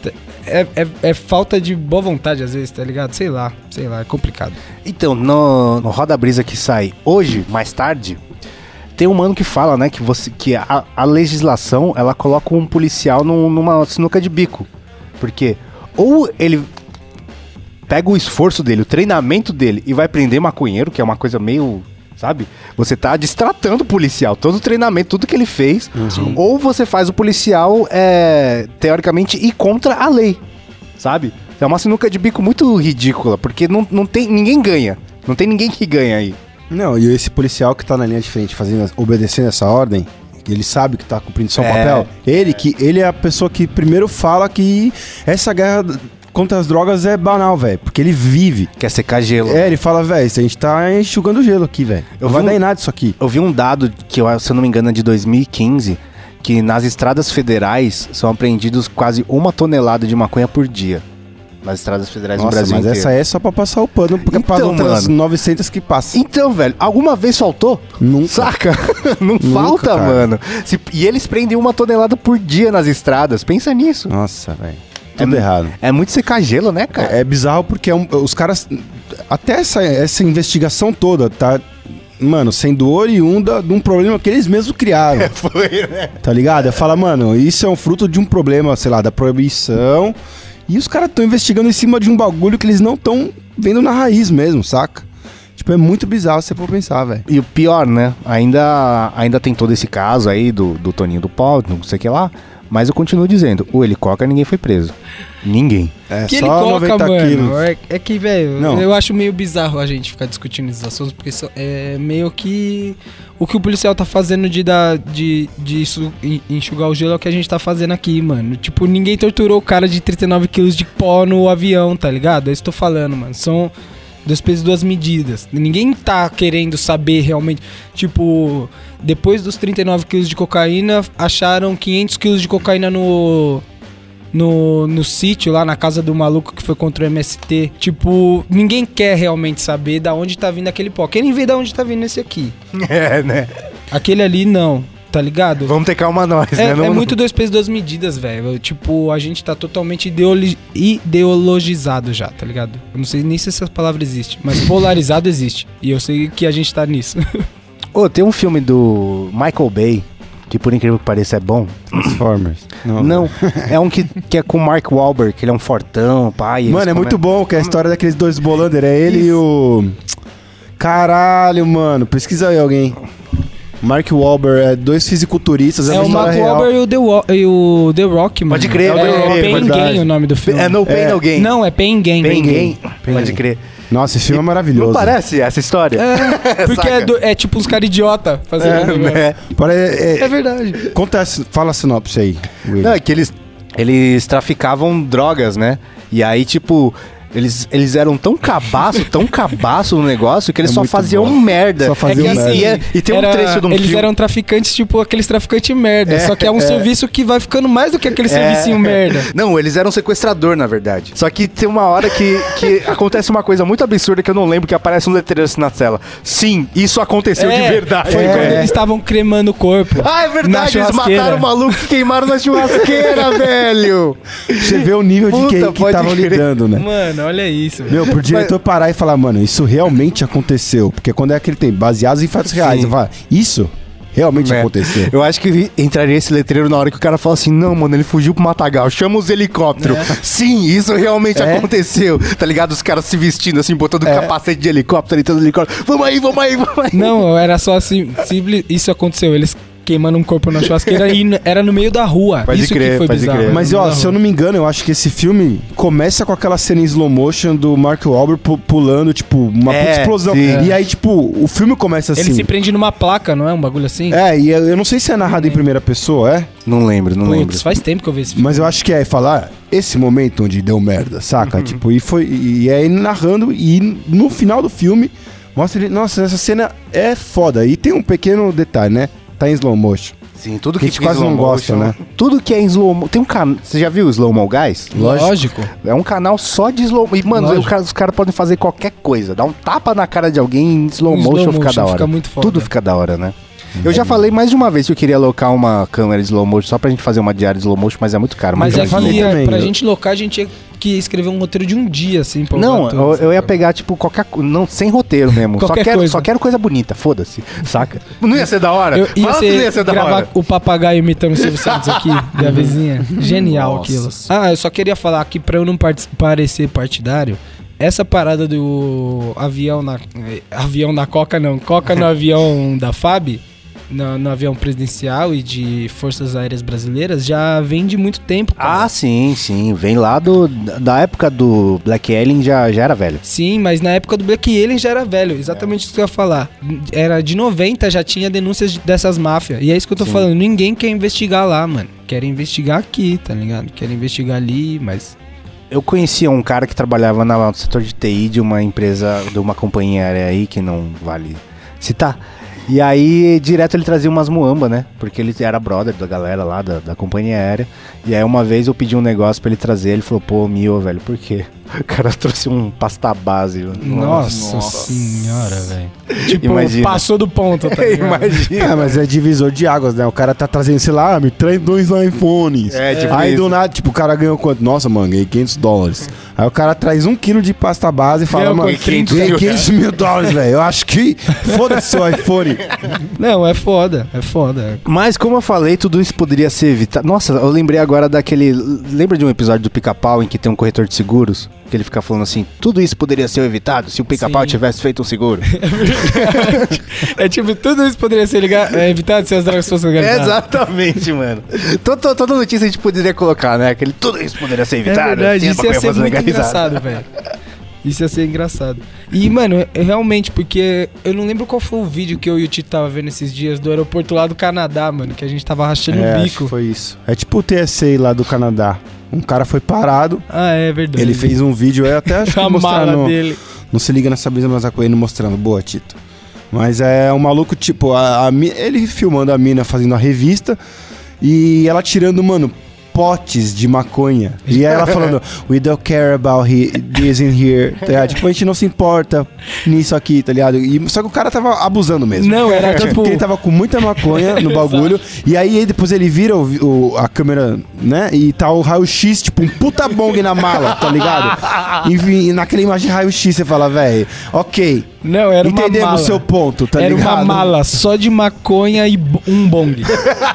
S3: t- É, é, é falta de boa vontade às vezes, tá ligado? Sei lá, sei lá, é complicado.
S1: Então, no, no Roda Brisa que sai hoje, mais tarde, tem um mano que fala, né, que você que a, a legislação, ela coloca um policial num- numa sinuca de bico. Porque ou ele pega o esforço dele, o treinamento dele e vai prender maconheiro, que é uma coisa meio, sabe? Você tá distratando o policial, todo o treinamento, tudo que ele fez. Ou você faz o policial, é, teoricamente, ir contra a lei, sabe? É uma sinuca de bico muito ridícula, porque não, não tem ninguém ganha. Não tem ninguém que ganha aí.
S2: Não, e esse policial que tá na linha de frente fazendo, obedecendo essa ordem, que ele sabe que tá cumprindo só o
S4: É.
S2: papel. Ele que ele é a pessoa que primeiro fala que essa guerra contra as drogas é banal, velho, porque ele vive.
S1: Quer secar gelo.
S2: É, ele fala, velho, a gente tá enxugando gelo aqui, velho.
S1: Eu
S2: Não vai
S1: vi um-
S2: dar em nada isso aqui.
S1: Eu vi um dado que, eu- se eu não me engano, é de 2015, que nas estradas federais são apreendidos quase uma tonelada de maconha por dia. Nas estradas federais do
S2: Nossa,
S1: Brasil
S2: mas
S1: inteiro.
S2: essa é só pra passar o pano, porque
S1: Então,
S2: para outras
S1: mano.
S2: 900 que passam.
S1: Então, velho, alguma vez faltou?
S2: Nunca.
S1: Saca? Não
S2: Nunca,
S1: falta,
S2: cara.
S1: mano. Se- e eles prendem uma tonelada por dia nas estradas. Pensa nisso.
S2: Nossa, velho. Tudo
S1: É-
S2: errado.
S1: É muito secar gelo, né, cara?
S2: É, é bizarro porque é um- os caras. Até essa, essa investigação toda tá. Mano, sendo oriunda de um problema que eles mesmos criaram. Foi, né? Tá ligado? Fala, mano, isso é um fruto de um problema, sei lá, da proibição. E os caras estão investigando em cima de um bagulho que eles não estão vendo na raiz mesmo, saca? Tipo, é muito bizarro se você for pensar, velho.
S1: E o pior, né? Ainda, ainda tem todo esse caso aí do, do Toninho do Pau, não sei o que lá. Mas eu continuo dizendo, o helicóptero ninguém foi preso. Ninguém.
S2: É
S3: que ele
S2: só
S3: coloca,
S2: 90
S3: mano.
S2: quilos.
S3: É, é que, velho,
S2: Não.
S3: eu acho meio bizarro a gente ficar discutindo esses assuntos, porque só- é meio que o que o policial tá fazendo de dar de, de isso- en- enxugar o gelo é o que a gente tá fazendo aqui, mano. Tipo, ninguém torturou o cara de 39 quilos de pó no avião, tá ligado? É isso que eu tô falando, mano. São dois pesos e duas medidas. Ninguém tá querendo saber realmente. Tipo, depois dos 39 quilos de cocaína, acharam 500 quilos de cocaína no no, no sítio, lá na casa do maluco que foi contra o MST. Tipo, ninguém quer realmente saber da onde tá vindo aquele pó. Querem ver da onde tá vindo esse aqui.
S1: É, né?
S3: Aquele ali, não. Tá ligado?
S1: Vamos ter calma nós,
S3: É,
S1: né? Não-
S3: é muito dois pesos, duas medidas, velho. Tipo, a gente tá totalmente ideoli- ideologizado já, tá ligado? Eu não sei nem se essa palavra existe, mas polarizado existe. E eu sei que a gente tá nisso.
S1: Ô, tem um filme do Michael Bay, que por incrível que pareça é bom.
S2: Transformers.
S1: Não, é um que, que é com o Mark Wahlberg, que ele é um fortão, pai. eles
S2: Mano, é
S1: come-
S2: muito bom que é a história daqueles dois bolander. É ele e o. Caralho, mano. Pesquisa aí alguém. Mark Wahlberg, é dois fisiculturistas, é,
S3: É
S2: uma
S3: o
S2: história
S3: Mark
S2: real.
S3: Wahlberg e o The, Wa- e o The Rock, mano.
S1: Pode crer,
S3: é,
S1: é o The Rock,
S3: é,
S1: é
S3: Pain
S2: verdade.
S3: Gain o nome do filme.
S1: É No Pain, No Gain.
S3: Não, é Pain Gain.
S1: Pain Gain. Pode crer.
S2: Nossa, esse filme é maravilhoso.
S1: Não parece essa história?
S3: É, porque é, do- é tipo uns caras idiota fazendo.
S1: É,
S3: né?
S1: né?
S2: Pare- é- é-
S3: verdade.
S2: Conta, a sin- fala a sinopse aí. Will.
S1: Não, é que eles, eles traficavam drogas, né? E aí, tipo, eles, eles eram tão cabaço, tão cabaço no negócio, que eles
S2: É
S1: só
S2: muito
S1: faziam
S2: bom.
S1: merda.
S2: Só faziam
S1: é que,
S2: merda.
S1: E, é- e tem um
S3: assim, Era-
S1: trecho de um
S3: Eles
S1: filme.
S3: eram traficantes, tipo aqueles traficantes merda.
S1: É,
S3: só que é um
S1: é.
S3: serviço que vai ficando mais do que aquele servicinho merda.
S1: Não, eles eram sequestrador, na verdade. Só que tem uma hora que, que acontece uma coisa muito absurda que eu não lembro, que aparece um letreiro assim na tela. Sim, isso aconteceu
S3: É,
S1: de verdade. né?
S3: Foi
S2: É.
S3: quando eles estavam cremando o corpo.
S1: Ah, é
S3: Na
S1: verdade, eles
S3: churrasqueira.
S1: mataram o maluco que queimaram na churrasqueira, velho!
S2: Você vê o nível de
S1: Puta,
S2: quem que
S1: pode
S2: tava
S1: crer.
S2: lidando, né?
S3: Mano, olha isso. velho.
S2: Meu, pro diretor parar e falar, mano, isso realmente aconteceu. Porque quando é aquele tem baseados em fatos reais, eu falo, isso realmente
S1: É.
S2: aconteceu.
S1: Eu acho que entraria esse letreiro na hora que o cara fala assim: não, mano, ele fugiu pro Matagal, chama os helicópteros. Sim, isso realmente
S2: É.
S1: aconteceu. Tá ligado? Os caras se vestindo assim, botando capacete de helicóptero, entrando no helicóptero. Vamos aí, vamos aí, vamos aí.
S3: Não, era só assim, simples. Isso aconteceu. Eles queimando um corpo na churrasqueira e n- era no meio da rua.
S1: Pode
S3: isso
S1: crer,
S3: que foi
S1: pode
S3: bizarro.
S1: crer.
S3: era
S2: Mas,
S3: no
S2: ó,
S3: meio da
S2: se eu
S3: rua.
S2: não me engano, eu acho que esse filme começa com aquela cena em slow motion do Mark Wahlberg pu- pulando, tipo, uma
S1: É,
S2: puta explosão.
S1: sim.
S2: E aí, tipo, o filme começa assim.
S3: Ele se prende numa placa, não é? Um bagulho assim?
S2: É, e eu eu não sei se é narrado em primeira pessoa, é?
S1: Não lembro, não
S3: Putz, faz tempo que eu vi esse filme.
S2: Mas eu acho que é falar esse momento onde deu merda,
S1: Uhum.
S2: saca? Tipo, e foi. E é ele narrando, e no final do filme, mostra ele. Nossa, essa cena é foda. E tem um pequeno detalhe, né? Tá em slow motion.
S1: Sim, tudo que,
S2: que a gente quase não gosta, né?
S1: Tudo que é em slow mo- Tem um canal. Você já viu o Slow Mo Guys?
S3: Lógico.
S1: É um canal só de slow E, mano,
S3: Lógico.
S1: os caras, os caras podem fazer qualquer coisa. Dar um tapa na cara de alguém em slow
S3: Em
S1: motion,
S3: slow
S1: fica
S3: motion
S1: da hora.
S3: fica muito foda. Uhum.
S1: Tudo fica da hora, né? Eu já falei mais de uma vez que eu queria alocar uma câmera de slow motion só pra gente fazer uma diária de slow motion, mas é muito caro.
S3: Mas
S1: muito
S3: é
S2: eu falei
S3: que é,
S2: também,
S3: pra
S2: eu-
S3: gente locar, a gente tinha que escrever um roteiro de um dia, assim, pra
S1: Não,
S3: usar tudo,
S1: eu, eu ia
S3: sabe?
S1: pegar, tipo, qualquer co- Não, sem roteiro mesmo. só,
S3: Qualquer
S1: quero,
S3: coisa.
S1: só quero coisa bonita, foda-se. Saca? Não ia ser da hora?
S3: Eu ia
S1: Fala que não ia
S3: ser
S1: ser da
S3: gravar
S1: hora. Uhum.
S3: o papagaio imitando o Silvio Santos aqui, da vizinha. Genial
S4: Nossa
S3: aquilo. Ah, eu só queria falar que pra eu não parti- parecer partidário, essa parada do avião na... eh, Avião na Coca, não. Coca no avião da FAB na- no avião presidencial e de Forças Aéreas Brasileiras já vem de muito tempo. cara.
S1: Ah, sim, sim. Vem lá do, da época do Black Alien já, já era velho.
S3: Sim, mas na época do Black Alien já era velho, exatamente isso que eu ia falar. Era de 90, já tinha denúncias de- dessas máfias. E é isso que eu tô falando, ninguém quer investigar lá, mano. Querem investigar aqui, tá ligado? Querem investigar ali, mas.
S1: Eu conhecia um cara que trabalhava na- no setor de TI de uma empresa, de uma companhia aérea aí, que não vale citar. E aí, direto ele trazia umas muamba, né? Porque ele era brother da galera lá, da, da companhia aérea. E aí, uma vez eu pedi um negócio pra ele trazer, ele falou, pô, mio, velho, por quê? O cara trouxe um pasta base.
S3: Nossa, senhora, velho. Tipo,
S1: Imagina.
S3: passou do ponto, tá ligado?
S1: Imagina.
S2: É, mas é divisor de águas, né? O cara tá trazendo, sei lá, ah, me traz dois iPhones.
S1: É, tipo
S2: Aí
S1: isso.
S2: do nada, tipo, o cara ganhou quanto? Nossa, mano, ganhei 500 dólares. Aí o cara traz um quilo de pasta base e fala,
S3: Ganhou
S2: mano,
S3: quanto? 500
S2: ganhei
S1: mil,
S2: 500 mil dólares, velho. Eu acho que... Foda-se seu iPhone.
S3: Não, é foda, é foda.
S1: Mas como eu falei, tudo isso poderia ser evitado. Nossa, eu lembrei agora daquele. Lembra de um episódio do Pica-Pau em que tem um corretor de seguros? Que ele fica falando assim: tudo isso poderia ser evitado se o Pica-Pau
S3: Sim.
S1: tivesse feito um seguro.
S3: É tipo, tudo isso poderia ser ligado, é, evitado se as drogas fossem legalizadas.
S1: Exatamente, mano. Toda, toda notícia a gente poderia colocar, né? Aquele tudo isso poderia ser
S3: É
S2: Tá,
S1: evitado. assim,
S3: verdade,
S1: se a
S3: isso ia
S1: maconha
S3: ser
S1: fosse
S3: muito
S1: legalizada.
S3: engraçado, velho. Isso ia ser engraçado. E, mano, é- realmente, porque eu não lembro qual foi o vídeo que eu e o Tito tava vendo esses dias do aeroporto lá do Canadá, mano, que a gente tava rachando
S2: É,
S3: o
S2: acho
S3: bico.
S2: que foi isso. É tipo o TSE lá do Canadá. Um cara foi parado,
S3: Ah, é verdade.
S2: ele fez um vídeo, eu até acho que
S3: a
S2: vou mostrar
S3: mala
S2: no,
S3: dele.
S2: Não se liga nessa brisa, mas a Coelho mostrando. Boa, Tito. Mas é um maluco, tipo, a, a mi- ele filmando a mina fazendo a revista e ela tirando, mano, potes de maconha. E aí ela falando, we don't care about he- this in here. Tá ligado? Tipo, a gente não se importa nisso aqui, tá ligado? E, só que o cara tava abusando mesmo.
S3: Não, era
S2: Tanto
S3: tipo.
S2: que ele tava com muita maconha no bagulho. e aí, aí depois ele vira o- o- a câmera, né? E tá o raio-x, tipo um puta bong na mala, tá ligado? Enfim, e naquela imagem de raio-x você fala, velho, ok.
S3: Não, era uma
S2: entendemos
S3: mala.
S2: o seu ponto, tá
S3: era
S2: ligado?
S3: uma mala só de maconha e bo- um bong.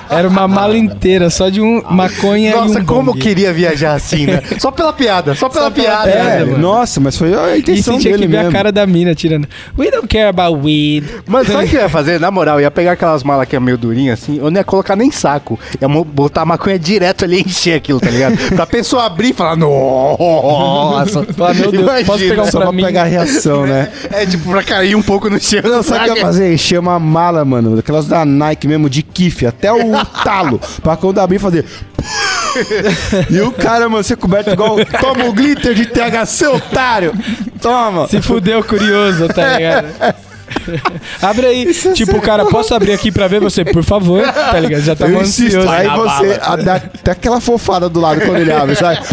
S3: Era uma mala inteira só de um maconha e um
S1: Nossa, como eu
S3: bong.
S2: é
S1: queria viajar assim, né? Só pela piada, só pela piada.
S3: piada,
S1: né?
S2: É,
S3: mano.
S2: nossa, mas foi a
S3: E
S2: intenção
S3: você tinha
S2: dele
S3: que ver
S2: mesmo.
S3: a cara da mina tirando. We don't care about weed.
S1: Mas sabe o que eu ia fazer? Na moral, eu ia pegar aquelas malas que é meio durinha assim, eu não ia colocar nem saco. Ia mo- botar a maconha direto ali e encher aquilo, tá ligado? pra pessoa abrir e falar, nossa.
S3: Fala, meu Deus, posso pegar um
S2: Só
S3: pra
S2: pra
S3: mim.
S2: pegar a reação, né?
S1: É tipo pra cair um pouco no chão.
S2: Não, sabe o que eu ia fazer? Encher uma mala, mano. Daquelas da Nike mesmo, de kiff, até o talo. pra quando abrir fazer. e o cara, mano, ser coberto igual. Toma o glitter de THC, otário! Toma!
S3: Se fudeu, curioso, tá ligado? Abre aí. tipo, cara, posso abrir aqui pra ver você? Por favor, tá ligado? Já tá
S2: eu
S3: mó
S2: insisto,
S3: ansioso.
S2: aí você a, dá, dá aquela fofada do lado quando ele abre, sabe?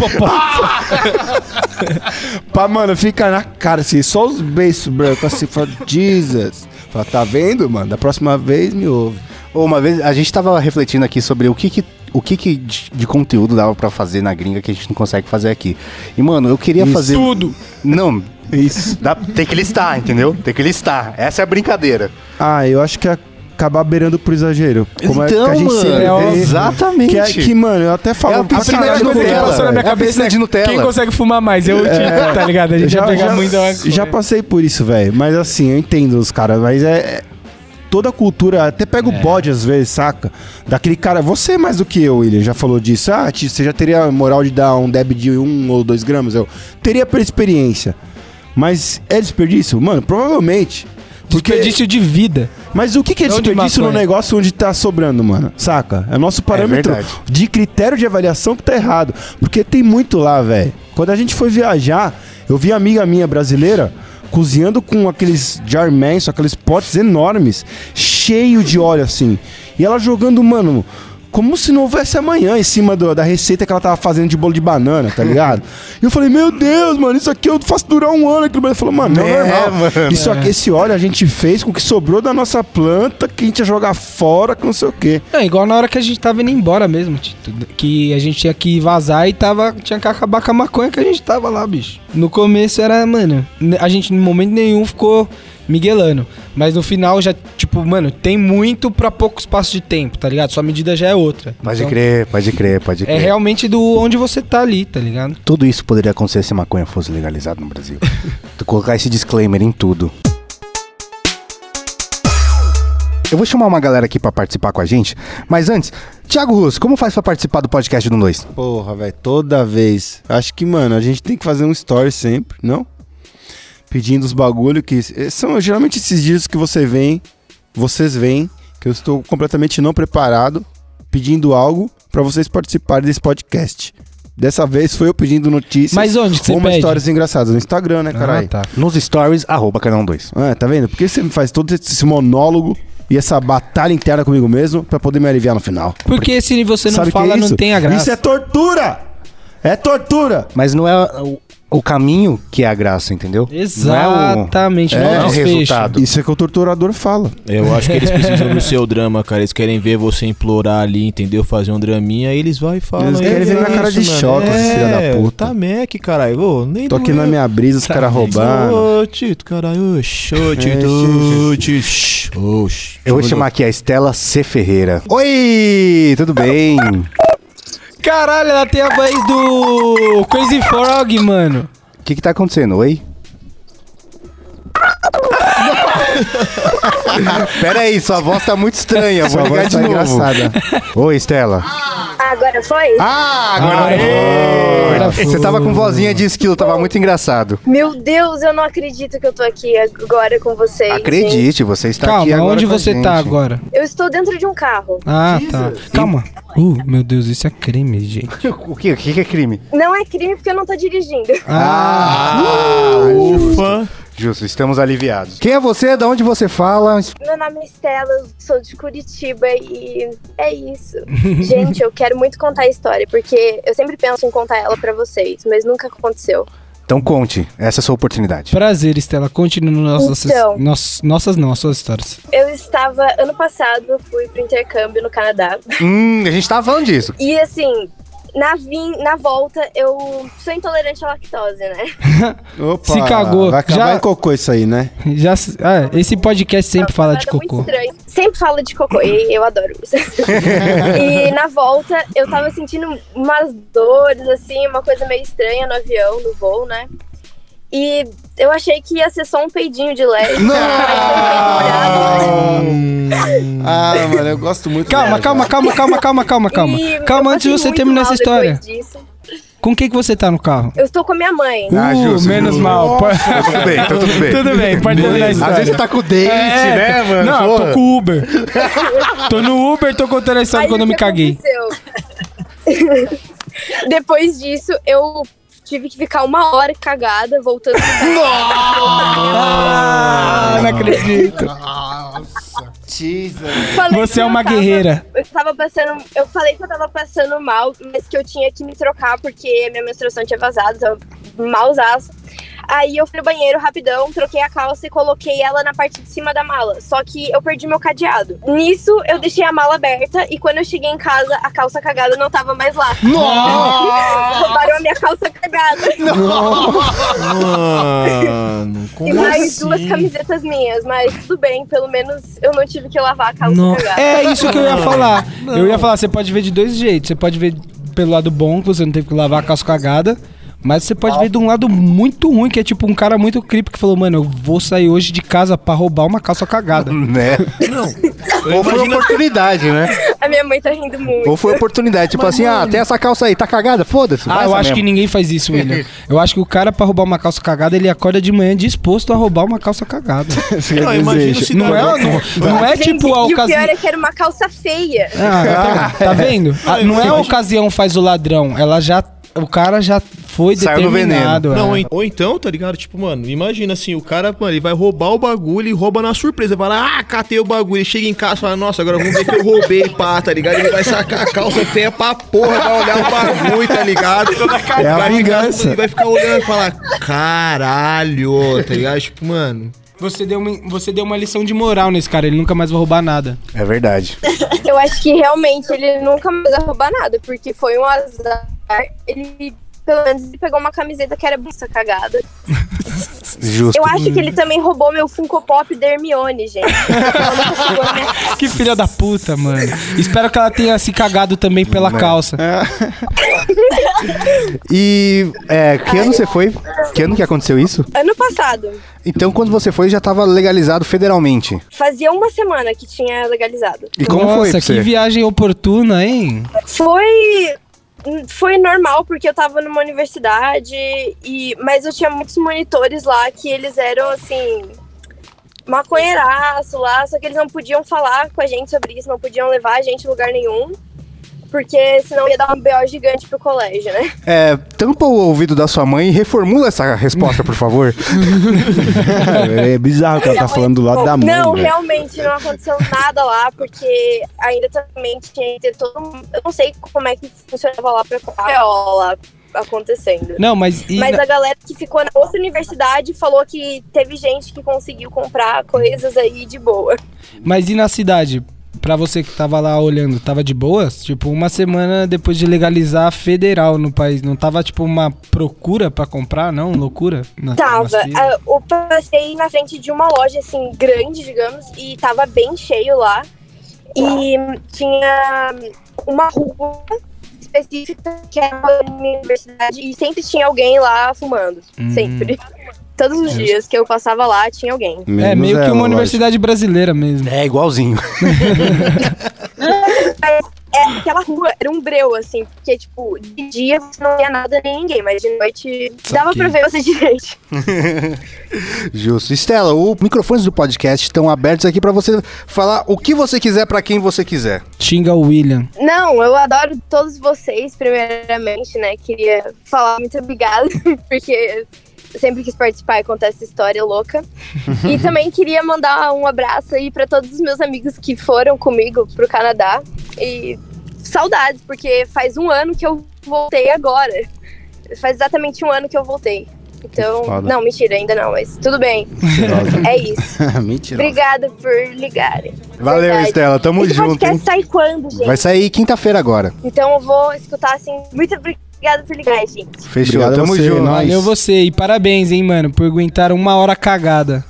S2: Pá, mano, fica na cara, assim, só os beiços brancos, assim, fala, Jesus. Fala, tá vendo, mano? Da próxima vez me ouve.
S1: Uma vez, a gente tava refletindo aqui sobre o que que. O que, que de, de conteúdo dava pra fazer na gringa que a gente não consegue fazer aqui? E, mano, eu queria fazer.
S3: Tudo.
S1: Não,
S2: Isso.
S1: dá- tem que listar, entendeu? Tem que listar. Essa é a brincadeira.
S2: Ah, eu acho que ia acabar beirando pro exagero. Como é que a gente sempre
S3: mano,
S2: vê.
S1: exatamente.
S2: Que, é- que, mano, eu até falo.
S1: É a piscina
S2: primeira
S1: de
S2: coisa que
S1: Nutella,
S2: passou na minha
S1: velho. É a piscina de Nutella.
S3: Quem consegue fumar mais? Eu e o Tito, tá ligado? A gente já,
S2: já,
S3: vai pegar
S2: já,
S3: muito da
S2: já passei por isso, velho. Mas assim, eu entendo os caras, mas é. é- Toda a cultura, até pega
S3: É.
S2: o bode às vezes, saca? Daquele cara, você é mais do que eu, William, já falou disso. Ah, tio, você já teria a moral de dar um deb de um ou dois gramas? Eu teria pela experiência. Mas é desperdício? Mano, provavelmente. Porque...
S3: né? Desperdício de vida.
S2: Mas o que, que é
S3: Não de
S2: desperdício no
S3: maconha.
S2: negócio onde tá sobrando, mano? Saca? É o nosso parâmetro
S1: verdade.
S2: de critério de avaliação que tá errado. Porque tem muito lá, velho. Quando a gente foi viajar, eu vi amiga minha brasileira cozinhando com aqueles jar mans, aqueles potes enormes, cheio de óleo assim. E ela jogando, mano, como se não houvesse amanhã em cima do- da receita que ela tava fazendo de bolo de banana, tá ligado? e eu falei, meu Deus, mano, isso aqui eu faço durar um ano. Aquilo. Ela falou, mano, não é,
S1: É,
S2: normal.
S1: mano.
S2: Isso aqui, esse óleo a gente fez com o que sobrou da nossa planta, que a gente ia jogar fora, que não sei o quê.
S3: Não, igual na hora que a gente tava indo embora mesmo, Tito. Que a gente tinha que vazar e tava, tinha que acabar com a maconha que a gente tava lá, bicho. No começo era, mano, n- a gente em momento nenhum ficou miguelando. Mas no final já, tipo, mano, tem muito pra pouco espaço de tempo, tá ligado? Sua medida já é outra.
S1: Pode
S3: Então,
S1: crer, pode crer, pode
S3: É
S1: crer.
S3: realmente do onde você tá ali, tá ligado?
S1: Tudo isso poderia acontecer se maconha fosse legalizada no Brasil. Tu colocar esse disclaimer em tudo. Eu vou chamar uma galera aqui pra participar com a gente. Mas antes, Thiago Russo, como faz pra participar do podcast do 2?
S2: Porra, velho, toda vez. Acho que, mano, a gente tem que fazer um story sempre, não? Pedindo os bagulho que eh, são geralmente esses dias que você vem, vocês vêm, que eu estou completamente não preparado, pedindo algo pra vocês participarem desse podcast. Dessa vez foi eu pedindo notícias.
S3: Mas onde que você
S2: ou umas
S3: pede?
S2: histórias engraçadas no Instagram, né, caralho?
S3: Ah, tá.
S1: Nos stories, arroba canal 2.
S2: Ah, tá vendo? Por que você me faz todo esse monólogo e essa batalha interna comigo mesmo pra poder me aliviar no final?
S3: Porque se você não
S2: Sabe o que
S3: fala,
S2: é
S3: não
S2: isso?
S3: tem a graça.
S2: Isso é tortura! É tortura!
S1: Mas não é o, o caminho que é a graça, entendeu?
S3: Exatamente,
S1: Não
S3: não
S1: é o, não
S3: é
S1: é o
S3: desfecho.
S1: resultado.
S2: Isso é que o torturador fala.
S4: Eu acho que eles precisam do seu drama, cara. Eles querem ver você implorar ali, entendeu? Fazer um draminha, aí eles vão e falam.
S2: Eles querem
S4: "É
S2: ver minha cara de
S4: mano.
S2: choque, esses filha da puta."
S4: Tá mec, caralho. Ô, nem
S2: Tô aqui
S4: doeu.
S2: na minha brisa, os
S3: Tá
S2: caras
S3: bem.
S2: roubando.
S4: Ô, Tito, caralho. Ô, Show,
S2: tio,
S4: Tito. Tito. shh, ô, shh.
S1: Eu vou chamar aqui a Estela C. Ferreira. Oi, tudo bem?
S3: Caralho, ela tem a voz do Crazy Frog, mano.
S1: O que que tá acontecendo? Oi? Pera aí, sua voz tá muito estranha. Vou
S2: Sua
S1: ligar
S2: voz
S1: de
S2: tá
S1: novo.
S2: engraçada.
S1: Oi, Estela.
S5: Agora foi?
S1: Ah, agora
S3: Ai,
S1: Ei!
S3: agora
S1: Você tava com
S3: foi.
S1: vozinha de esquilo, tava muito engraçado.
S5: Meu Deus, eu não acredito que eu tô aqui agora com vocês. gente.
S1: Acredite, você
S2: Tá
S1: está aqui
S3: Calma,
S1: agora.
S3: onde
S1: com a
S3: você
S1: gente.
S3: tá agora?
S5: Eu estou dentro de um carro.
S3: Ah, tá. Calma. Uh, meu Deus, isso é crime, gente.
S1: O que, o que que é crime?
S5: Não é crime porque eu não tô dirigindo.
S3: Ah,
S2: é
S4: Ufa.
S1: Ah, Justo, estamos aliviados. Quem é você? Da onde você fala?
S5: Meu nome é Estela, eu sou de Curitiba e é isso. Gente, eu quero muito contar a história, porque eu sempre penso em contar ela pra vocês, mas nunca aconteceu.
S1: Então conte, essa é a sua oportunidade.
S3: prazer, Estela. Continue nossas,
S5: Então.
S3: nossas, nossas não, as suas histórias.
S5: Eu estava, ano passado, eu fui pro intercâmbio no Canadá.
S1: Hum, a gente tava falando disso.
S5: E assim, na, vim, na volta, eu sou intolerante à lactose, né?
S2: Opa,
S3: Se cagou.
S2: Vai acabar
S3: Já-
S2: em cocô isso aí, né?
S3: Já, se- ah, esse podcast sempre fala de
S5: Nada é muito
S3: cocô.
S5: estranho. Sempre fala de cocô, e eu adoro isso. e na volta, eu tava sentindo umas dores, assim, uma coisa meio estranha no avião, no voo, né? E eu achei que ia ser só um peidinho de leve.
S1: Não! Ah,
S5: Mas foi um peidinho molhado.
S2: Ah, mano, eu gosto muito
S3: Calma,
S2: dela,
S3: calma,
S2: cara.
S3: calma, calma, calma, calma, calma.
S5: E eu
S3: Calma,
S5: passei
S3: antes de você
S5: muito
S3: terminar
S5: mal
S3: essa história.
S5: depois disso.
S3: Com quem que você tá no carro? Uh,
S5: Eu estou com a minha mãe.
S1: Ah, justo,
S3: menos
S1: justo.
S3: mal.
S1: Tá tudo bem, tá tudo bem.
S3: Tudo bem, pode terminar a história.
S1: Às vezes você tá com o dente,
S3: É,
S1: né, mano?
S3: Não, eu
S1: Porra.
S3: tô com o Uber. tô no Uber, tô contando a história
S5: Aí,
S3: quando
S5: o
S3: eu me
S5: que
S3: caguei.
S5: aconteceu? Depois disso, eu tive que ficar uma hora cagada, voltando pro carro.
S3: Ah, não acredito.
S5: Falei
S3: Você
S5: que
S3: é
S5: eu
S3: uma
S5: tava-
S3: guerreira.
S5: Eu tava passando. Eu falei que eu tava passando mal, mas que eu tinha que me trocar porque a minha menstruação tinha vazado, tava malzaço. Aí eu fui no banheiro rapidão, troquei a calça e coloquei ela na parte de cima da mala. Só que eu perdi meu cadeado. Nisso, eu deixei a mala aberta e quando eu cheguei em casa, a calça cagada não tava mais lá. Roubaram a minha calça cagada.
S4: Mano,
S5: e
S4: como
S5: mais
S4: assim?
S5: duas camisetas minhas, mas tudo bem, pelo menos eu não tive que lavar a calça
S3: Não.
S5: cagada.
S3: É isso que eu ia falar. Eu ia falar, você pode ver de dois jeitos. Você pode ver pelo lado bom, que você não teve que lavar a calça cagada. Mas você pode ver de um lado muito ruim, que é tipo um cara muito creepy que falou, mano, eu vou sair hoje de casa pra roubar uma calça cagada.
S1: Né? Ou foi oportunidade, né?
S5: A minha mãe tá rindo muito.
S1: Ou foi oportunidade. Tipo assim, ah, tem essa calça aí, tá cagada? Foda-se.
S3: Ah, eu acho que ninguém faz isso, William. Eu acho que o cara, pra roubar uma calça cagada, ele acorda de manhã disposto a roubar uma calça cagada.
S4: Não, imagina se
S3: Não é, não, não é
S5: Gente,
S3: tipo a
S5: e o
S3: ocasião.
S5: pior é que era uma calça feia.
S3: Ah, tá, tá vendo? Ah, não é a ocasião faz o ladrão, ela já. O cara já foi
S1: Saiu no
S3: determinado.
S4: Não,
S3: é.
S4: en- ou então, tá ligado? Tipo, mano, imagina assim, o cara, mano, ele vai roubar o bagulho e rouba na surpresa. Vai lá, ah, catei o bagulho. Ele chega em casa e fala, nossa, agora vamos ver que eu roubei, pá, tá ligado? Ele vai sacar a calça feia pra porra, vai olhar o bagulho, tá ligado?
S2: É a
S4: vai
S2: vingança.
S4: Ficar, ele vai ficar olhando e falar, caralho, tá ligado? Tipo, mano...
S3: Você, deu uma, você deu uma lição de moral nesse cara, ele nunca mais vai roubar nada.
S1: É verdade.
S5: Eu acho que realmente ele nunca mais vai roubar nada, porque foi um azar. Ele, pelo menos, ele pegou uma camiseta que era bolsa cagada.
S1: Justo.
S5: Eu acho que ele também roubou meu Funko Pop da Hermione, gente. Ela nunca né? chegou na minha-
S3: Que filha da puta, mano. Espero que ela tenha se cagado também pela calça.
S1: E é, que ano você foi? Que ano que aconteceu isso?
S5: Ano passado,
S1: Então, quando você foi, já tava legalizado federalmente.
S5: fazia uma semana que tinha legalizado.
S1: E como
S3: Nossa,
S1: foi pra
S3: que
S1: você?
S3: viagem oportuna, hein?
S5: Foi foi normal porque eu tava numa universidade e mas eu tinha muitos monitores lá que eles eram assim maconheiraço lá, só que eles não podiam falar com a gente sobre isso, não podiam levar a gente em lugar nenhum. Porque senão ia dar um BO gigante pro colégio, né?
S1: É, tampa o ouvido da sua mãe e reformula essa resposta, por favor.
S2: É bizarro que ela tá falando do lado da mãe. né?
S5: Não,
S2: velho.
S5: realmente não aconteceu nada lá, porque ainda também tinha que ter todo um- Eu não sei como é que funcionava lá pra lá acontecendo.
S3: Não, mas. e
S5: Mas
S3: na-
S5: a galera que ficou na outra universidade falou que teve gente que conseguiu comprar coisas aí de boa.
S3: Ah, Mas e na cidade? Pra você que tava lá olhando, tava de boas? Tipo, uma semana depois de legalizar a federal no país, não tava tipo uma procura pra comprar, não? Loucura? Na,
S5: Tava.
S3: nas filas?
S5: ah, Eu passei na frente de uma loja, assim, grande, digamos, e tava bem cheio lá. E
S3: Tá.
S5: tinha uma rua específica que era uma universidade e sempre tinha alguém lá fumando.
S3: Hum.
S5: Sempre. Todos os dias que eu passava lá, tinha alguém.
S3: É,
S2: Menos
S3: meio que
S2: ela,
S3: uma
S2: lógico.
S3: universidade brasileira mesmo.
S1: É, igualzinho.
S5: Mas é, aquela rua era um breu, assim, porque, tipo, de dia você não via nada nem ninguém, mas de noite dava pra ver você direito.
S1: Justo. Estela, os microfones do podcast estão abertos aqui pra você falar o que você quiser pra quem você quiser.
S3: Xinga o William.
S5: Não, eu adoro todos vocês, primeiramente, né? Queria falar muito obrigada, porque sempre quis participar e contar essa história louca. E também queria mandar um abraço aí pra todos os meus amigos que foram comigo pro Canadá. E saudades, porque faz um ano que eu voltei agora. Faz exatamente um ano que eu voltei. Então,
S2: foda.
S5: não, mentira, ainda não, mas tudo bem. É isso.
S2: Mentira.
S5: Obrigada por ligarem.
S1: Valeu,
S5: Verdade.
S1: Estela. Tamo
S5: Esse
S1: junto,
S5: podcast
S1: hein?
S5: sai quando, gente?
S1: Vai sair quinta-feira agora.
S5: Então eu vou escutar assim. Muito obrigada por ligar, gente.
S1: Fechou.
S2: Obrigado a
S1: Tamo
S2: você,
S1: junto.
S2: nós.
S3: Valeu você e parabéns, hein, mano, por aguentar uma hora cagada.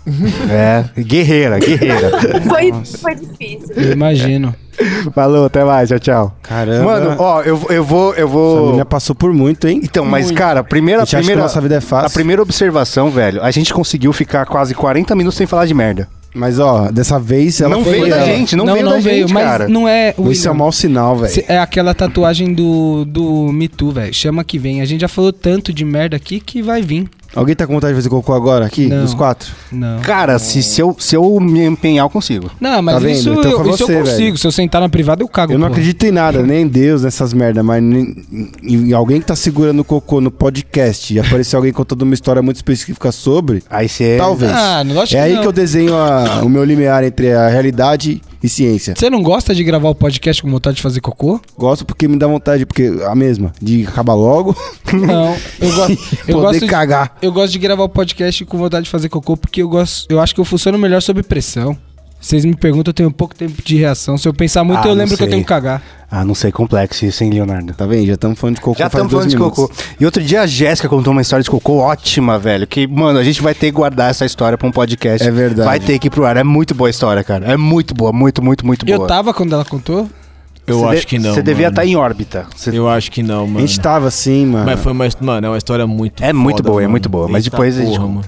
S1: É, guerreira, guerreira.
S5: Foi, foi difícil.
S3: Eu imagino.
S1: Falou, até mais, tchau, tchau.
S2: Caramba.
S1: Mano, ó, eu, eu vou, eu
S2: Essa
S1: vou.
S2: menina passou por muito, hein?
S1: Então, mas, cara, a
S2: A
S1: primeira.
S2: gente acha que
S1: primeira...
S2: a nossa vida é
S1: A
S2: fácil.
S1: primeira observação, velho, a gente conseguiu ficar quase 40 minutos sem falar de merda.
S2: Mas, ó, dessa vez ela
S1: não
S2: foi.
S1: veio da
S2: ela.
S1: gente, não, veio da gente,
S3: mas
S1: cara.
S3: não é o
S2: Isso é um mau sinal, velho.
S3: Cê- É aquela tatuagem do, do Me Too, velho. Chama que vem. A gente já falou tanto de merda aqui que vai vir.
S2: Alguém tá com vontade de fazer cocô agora aqui?
S3: Não.
S2: Dos quatro?
S3: Não.
S1: Cara, se, se, eu, se eu me empenhar, eu consigo.
S3: Não, mas
S2: Tá vendo?
S3: isso,
S2: Então
S3: eu,
S2: foi
S3: isso eu
S2: você,
S3: consigo.
S2: velho.
S3: Se eu sentar na privada, eu cago.
S2: Eu não
S3: porra.
S2: acredito em nada, nem em Deus, nessas merdas, mas nem- em- em alguém que tá segurando o cocô no podcast e aparecer alguém contando uma história muito específica sobre,
S1: Aí você.
S2: talvez.
S3: Ah, não, lógico
S2: é
S3: que
S2: aí
S3: não.
S2: que eu desenho a- o meu limiar entre a realidade e ciência.
S3: Você não gosta de gravar o podcast com vontade de fazer cocô?
S2: Gosto porque me dá vontade, porque a mesma, de acabar logo,
S3: Não. Eu, go eu
S2: poder
S3: gosto. de-
S2: cagar.
S3: eu gosto de gravar o podcast com vontade de fazer cocô porque eu gosto. Eu acho que eu funciono melhor sob pressão. Vocês me perguntam, eu tenho pouco tempo de reação. Se eu pensar muito,
S1: Ah,
S3: eu
S1: não
S3: lembro que eu
S1: sei.
S3: tenho que cagar.
S1: Ah, não sei, complexo isso, hein, Leonardo?
S2: Tá vendo? Já estamos falando de cocô
S1: Já
S2: faz
S1: estamos
S2: dois
S1: falando de
S2: minutos.
S1: cocô. E outro dia a Jéssica contou uma história de cocô ótima, velho. Que, mano, a gente vai ter que guardar essa história pra um podcast.
S2: É verdade.
S1: Vai ter que ir pro ar. É muito boa a história, cara. É muito boa, muito, muito, muito boa.
S3: Eu tava quando ela contou?
S4: Eu
S1: Você
S4: acho
S1: de-
S4: que não.
S1: Você devia tá
S4: mano.
S1: estar em órbita. Você-
S4: Eu acho que não,
S2: A
S4: mano.
S2: gente tava assim, mano.
S4: Mas foi uma, his- mano, é uma história muito
S1: tá- É muito
S4: foda,
S1: boa, é
S4: mano.
S1: muito boa, mas
S4: Eita
S1: depois a gente
S4: porra,
S1: conta.
S4: mano.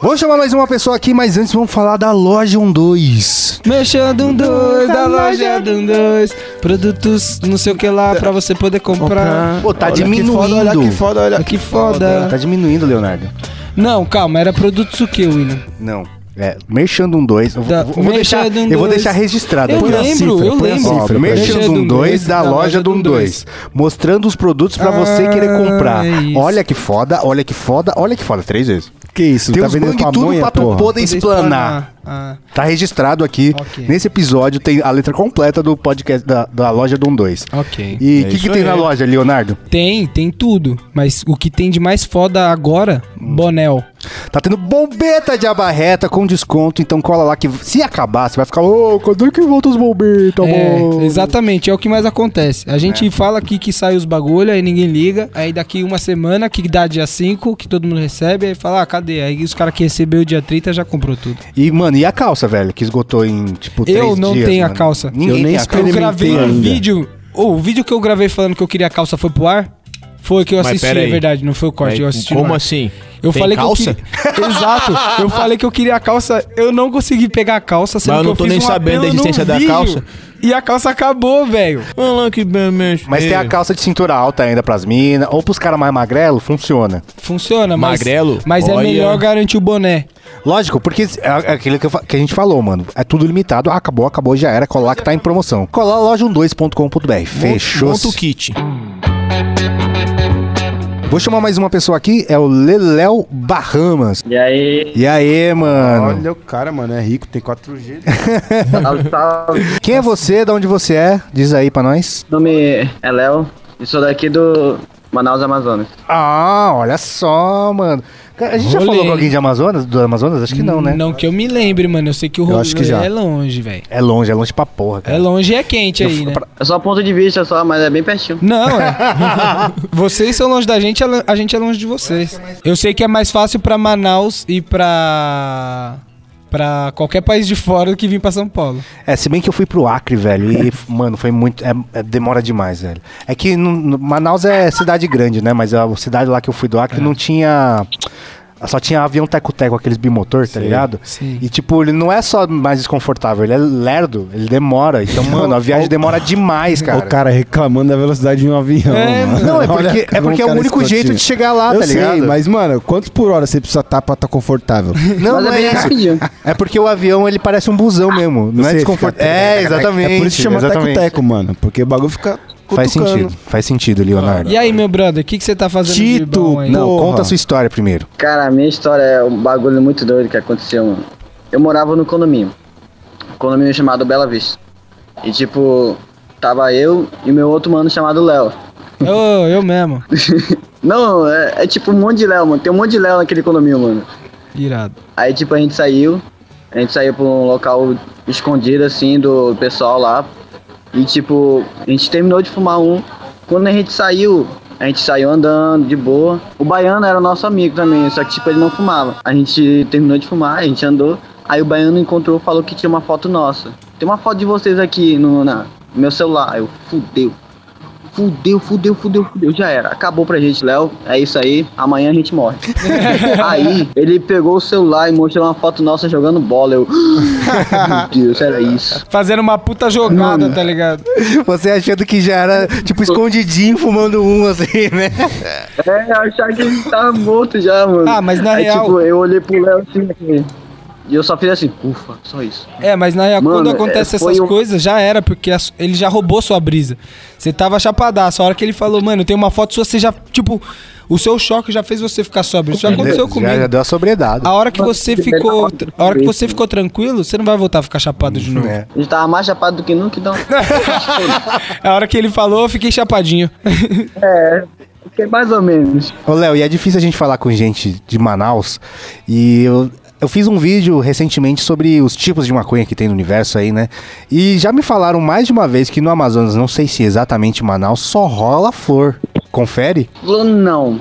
S1: Vamos chamar mais uma pessoa aqui, mas antes vamos falar da Loja 12.
S3: Mexendo um dois
S1: Tá
S3: da loja do um dois. Produtos não sei o que lá pra você poder comprar.
S1: Pô, tá
S2: Olha
S1: diminuindo.
S2: Que foda, olha que foda, olha
S3: Ah, Que foda.
S1: Tá diminuindo, Leonardo.
S3: Não, calma, era produtos o que, William?
S1: Não. É, Merchandum 2. Eu vou,
S3: Da-
S1: eu vou deixar,
S3: Merchandum
S1: eu vou
S3: 2.
S1: deixar registrado.
S3: Eu
S1: aqui, ó.
S3: lembro, eu
S1: põe a
S3: lembro.
S1: cifra, Merchandum
S2: Ó,
S3: Merchandum
S1: 2 um da
S3: da
S1: loja
S3: loja
S1: Dum
S3: Dum
S1: 2. Mostrando os produtos pra você
S3: Ah,
S1: querer comprar.
S3: é isso.
S1: olha que foda, olha que foda, olha que foda. Três vezes.
S2: Que isso,
S1: Tem
S2: tá
S1: uns bang
S2: vendendo
S1: tudo
S2: pamonha,
S1: pra tu
S2: porra.
S1: poder explanar.
S3: Ah,
S1: Tá registrado aqui.
S3: Ok.
S1: Nesse episódio tem a letra completa do podcast da, da loja Dum 2.
S3: ok.
S1: E o
S4: É
S1: que,
S4: isso
S1: que tem
S4: aí.
S1: na loja, Leonardo?
S3: Ah. Tem, tem tudo. Mas o que tem de mais foda agora,
S1: Hum.
S3: Bonel.
S1: Tá tendo bombeta de abarreta com desconto, então cola lá que se acabar, você vai ficar, ô, quando é que volta os bombetas, mano?
S3: É, exatamente, é o que mais acontece. A
S4: É.
S3: gente fala aqui que sai os bagulho, aí ninguém liga. Aí daqui uma semana, que dá dia 5, que todo mundo recebe, aí fala, ah, cadê? Aí os caras que recebeu dia 30 já comprou tudo.
S1: E, mano, e a calça, velho? Que esgotou em, tipo, três dias.
S3: Eu não tenho a
S1: mano.
S3: calça.
S1: Ninguém
S2: Eu nem
S1: tem a calça.
S3: Eu
S2: Experimentei
S3: gravei um
S2: ainda.
S3: vídeo. Ô, o vídeo que eu gravei falando que eu queria a calça foi pro ar? Foi que eu
S4: Mas
S3: assisti,
S4: pera
S3: é
S4: aí.
S3: verdade, não foi o corte,
S4: Mas
S3: eu assisti. no
S4: Como
S3: ar.
S4: assim?
S3: Eu
S4: Tem
S3: falei
S4: calça?
S3: que eu queria... Exato. Eu falei que eu queria a calça, eu não consegui pegar a calça, sendo
S4: Mas eu não
S3: que
S4: tô
S3: fiz
S4: nem
S3: um
S4: sabendo da
S3: apelo no
S4: existência da
S3: vídeo,
S4: calça.
S3: E a calça acabou, velho.
S4: Olha lá que bem, É. mexe.
S1: Mas tem
S3: É.
S1: a calça de cintura alta ainda pras minas, ou pros caras mais magrelos, funciona.
S3: Funciona, mas
S4: Magrelo?
S3: mas é
S4: Olha.
S3: melhor garantir o boné.
S1: Lógico, porque é aquilo que, eu fa- que a gente falou, mano. É tudo limitado, ah, acabou, acabou, já era. Colar que tá em promoção. Colar loja12.com.br. Fechou.
S4: Monta o kit.
S1: Vou chamar mais uma pessoa aqui, é o Leléo Bahamas.
S6: E aí,
S1: E aí, mano?
S2: Olha o cara, mano, é rico, tem 4G.
S6: salve, salve.
S1: Quem é você? De onde você é? Diz aí pra nós.
S6: Meu nome é Léo e sou daqui do Manaus, Amazonas.
S1: Ah, olha só, mano. Cara, a gente já
S3: Rolê.
S1: falou com alguém de Amazonas? Do Amazonas? Acho que não, né?
S3: Não que eu me lembre, mano. Eu sei que o rolê
S2: acho que já.
S3: é longe, velho.
S1: É longe, é longe pra porra, cara.
S3: É longe e é quente aí, né?
S6: É só ponto de vista só, mas é bem pertinho.
S3: Não, é. vocês são longe da gente, a lo- a gente é longe de vocês. Eu sei que é mais fácil pra Manaus e pra pra qualquer país de fora do que vir pra São Paulo.
S1: É, se bem que eu fui pro Acre, velho, e, mano, foi muito. é- é- demora demais, velho. É que no- no- Manaus é cidade grande, né? Mas a cidade lá que eu fui do Acre não tinha. Só tinha avião teco-teco, aqueles bimotor, tá ligado?
S3: sim.
S1: E tipo, ele não é só mais desconfortável, ele é lerdo, ele demora. Então, mano, a viagem demora demais, cara.
S2: O cara reclamando da velocidade de um avião.
S3: É,
S2: mano.
S1: Não, é
S2: Olha
S1: porque, é,
S2: como
S1: porque é o
S2: cara
S1: único
S2: escrotinho.
S1: jeito de chegar lá,
S2: Eu
S1: tá ligado?
S2: sei, mas, mano, quantos por hora você precisa estar pra estar confortável?
S1: Não,
S6: mas
S1: não é
S6: é bem
S1: isso.
S6: rapidinho.
S1: É porque o avião, ele parece um busão mesmo. Não é
S2: Você
S1: desconfortável.
S2: fica-
S1: É, exatamente.
S2: É por isso que chama
S1: exatamente.
S2: teco-teco, mano. Porque o bagulho fica cutucando.
S1: Faz sentido, faz sentido, Leonardo.
S3: E aí, meu brother, o que, que você tá fazendo de
S2: Tito,
S3: bom aí?
S1: Não,
S2: Porra.
S1: conta a sua história primeiro.
S6: Cara, a minha história é um bagulho muito doido que aconteceu, mano. Eu morava num condomínio. Um condomínio chamado Bela Vista. E tipo, tava eu e meu outro mano chamado Léo.
S3: Ô, eu mesmo.
S6: Não, é, é tipo um monte de Léo, mano. Tem um monte de Léo naquele condomínio, mano.
S3: Irado.
S6: Aí tipo a gente saiu, a gente saiu pra um local escondido assim do pessoal lá. E tipo, a gente terminou de fumar um. Quando a gente saiu, a gente saiu andando de boa. O baiano era nosso amigo também, só que tipo ele não fumava. A gente terminou de fumar, a gente andou. Aí o baiano encontrou, falou que tinha uma foto nossa. Tem uma foto de vocês aqui no na, no meu celular. Eu fudeu. Fudeu, fudeu, fudeu, fudeu, já era. Acabou pra gente, Léo. É isso aí. Amanhã a gente morre. aí ele pegou o celular e mostrou uma foto nossa jogando bola. Eu. Meu Deus, era isso.
S3: Fazendo uma puta jogada,
S6: Mano.
S3: tá ligado?
S1: Você achando que já era, tipo, escondidinho fumando um, assim, né?
S6: É, eu achava que ele tava morto já, mano.
S3: Ah, mas na
S6: aí,
S3: real-
S6: Tipo, eu olhei pro Léo assim. assim, E eu só fiz assim, ufa, só isso.
S3: É, mas na real, quando
S6: Mano,
S3: acontece
S6: é, foi
S3: essas
S6: um-
S3: coisas, já era, porque as- ele já roubou sua brisa. Você tava chapadaço. A hora que ele falou, mano, tem uma foto sua, você já, tipo, o seu choque já fez você ficar sóbrio. Isso já aconteceu
S1: já,
S3: comigo.
S1: já deu a sobriedade.
S3: A hora que você
S6: Mano,
S3: ficou.
S6: ele tá
S3: A hora que você
S6: maluco.
S3: ficou tranquilo, você não vai voltar a ficar chapado de novo.
S1: É.
S6: Ele tava mais chapado do que nunca, então.
S3: A hora que ele falou, eu fiquei chapadinho.
S6: Fiquei É, mais ou menos.
S1: Ô, Léo, e é difícil a gente falar com gente de Manaus. E eu, eu fiz um vídeo recentemente sobre os tipos de maconha que tem no universo aí, né? E já me falaram mais de uma vez que no Amazonas, não sei se exatamente Manaus, só rola flor. Confere?
S6: Falou, não.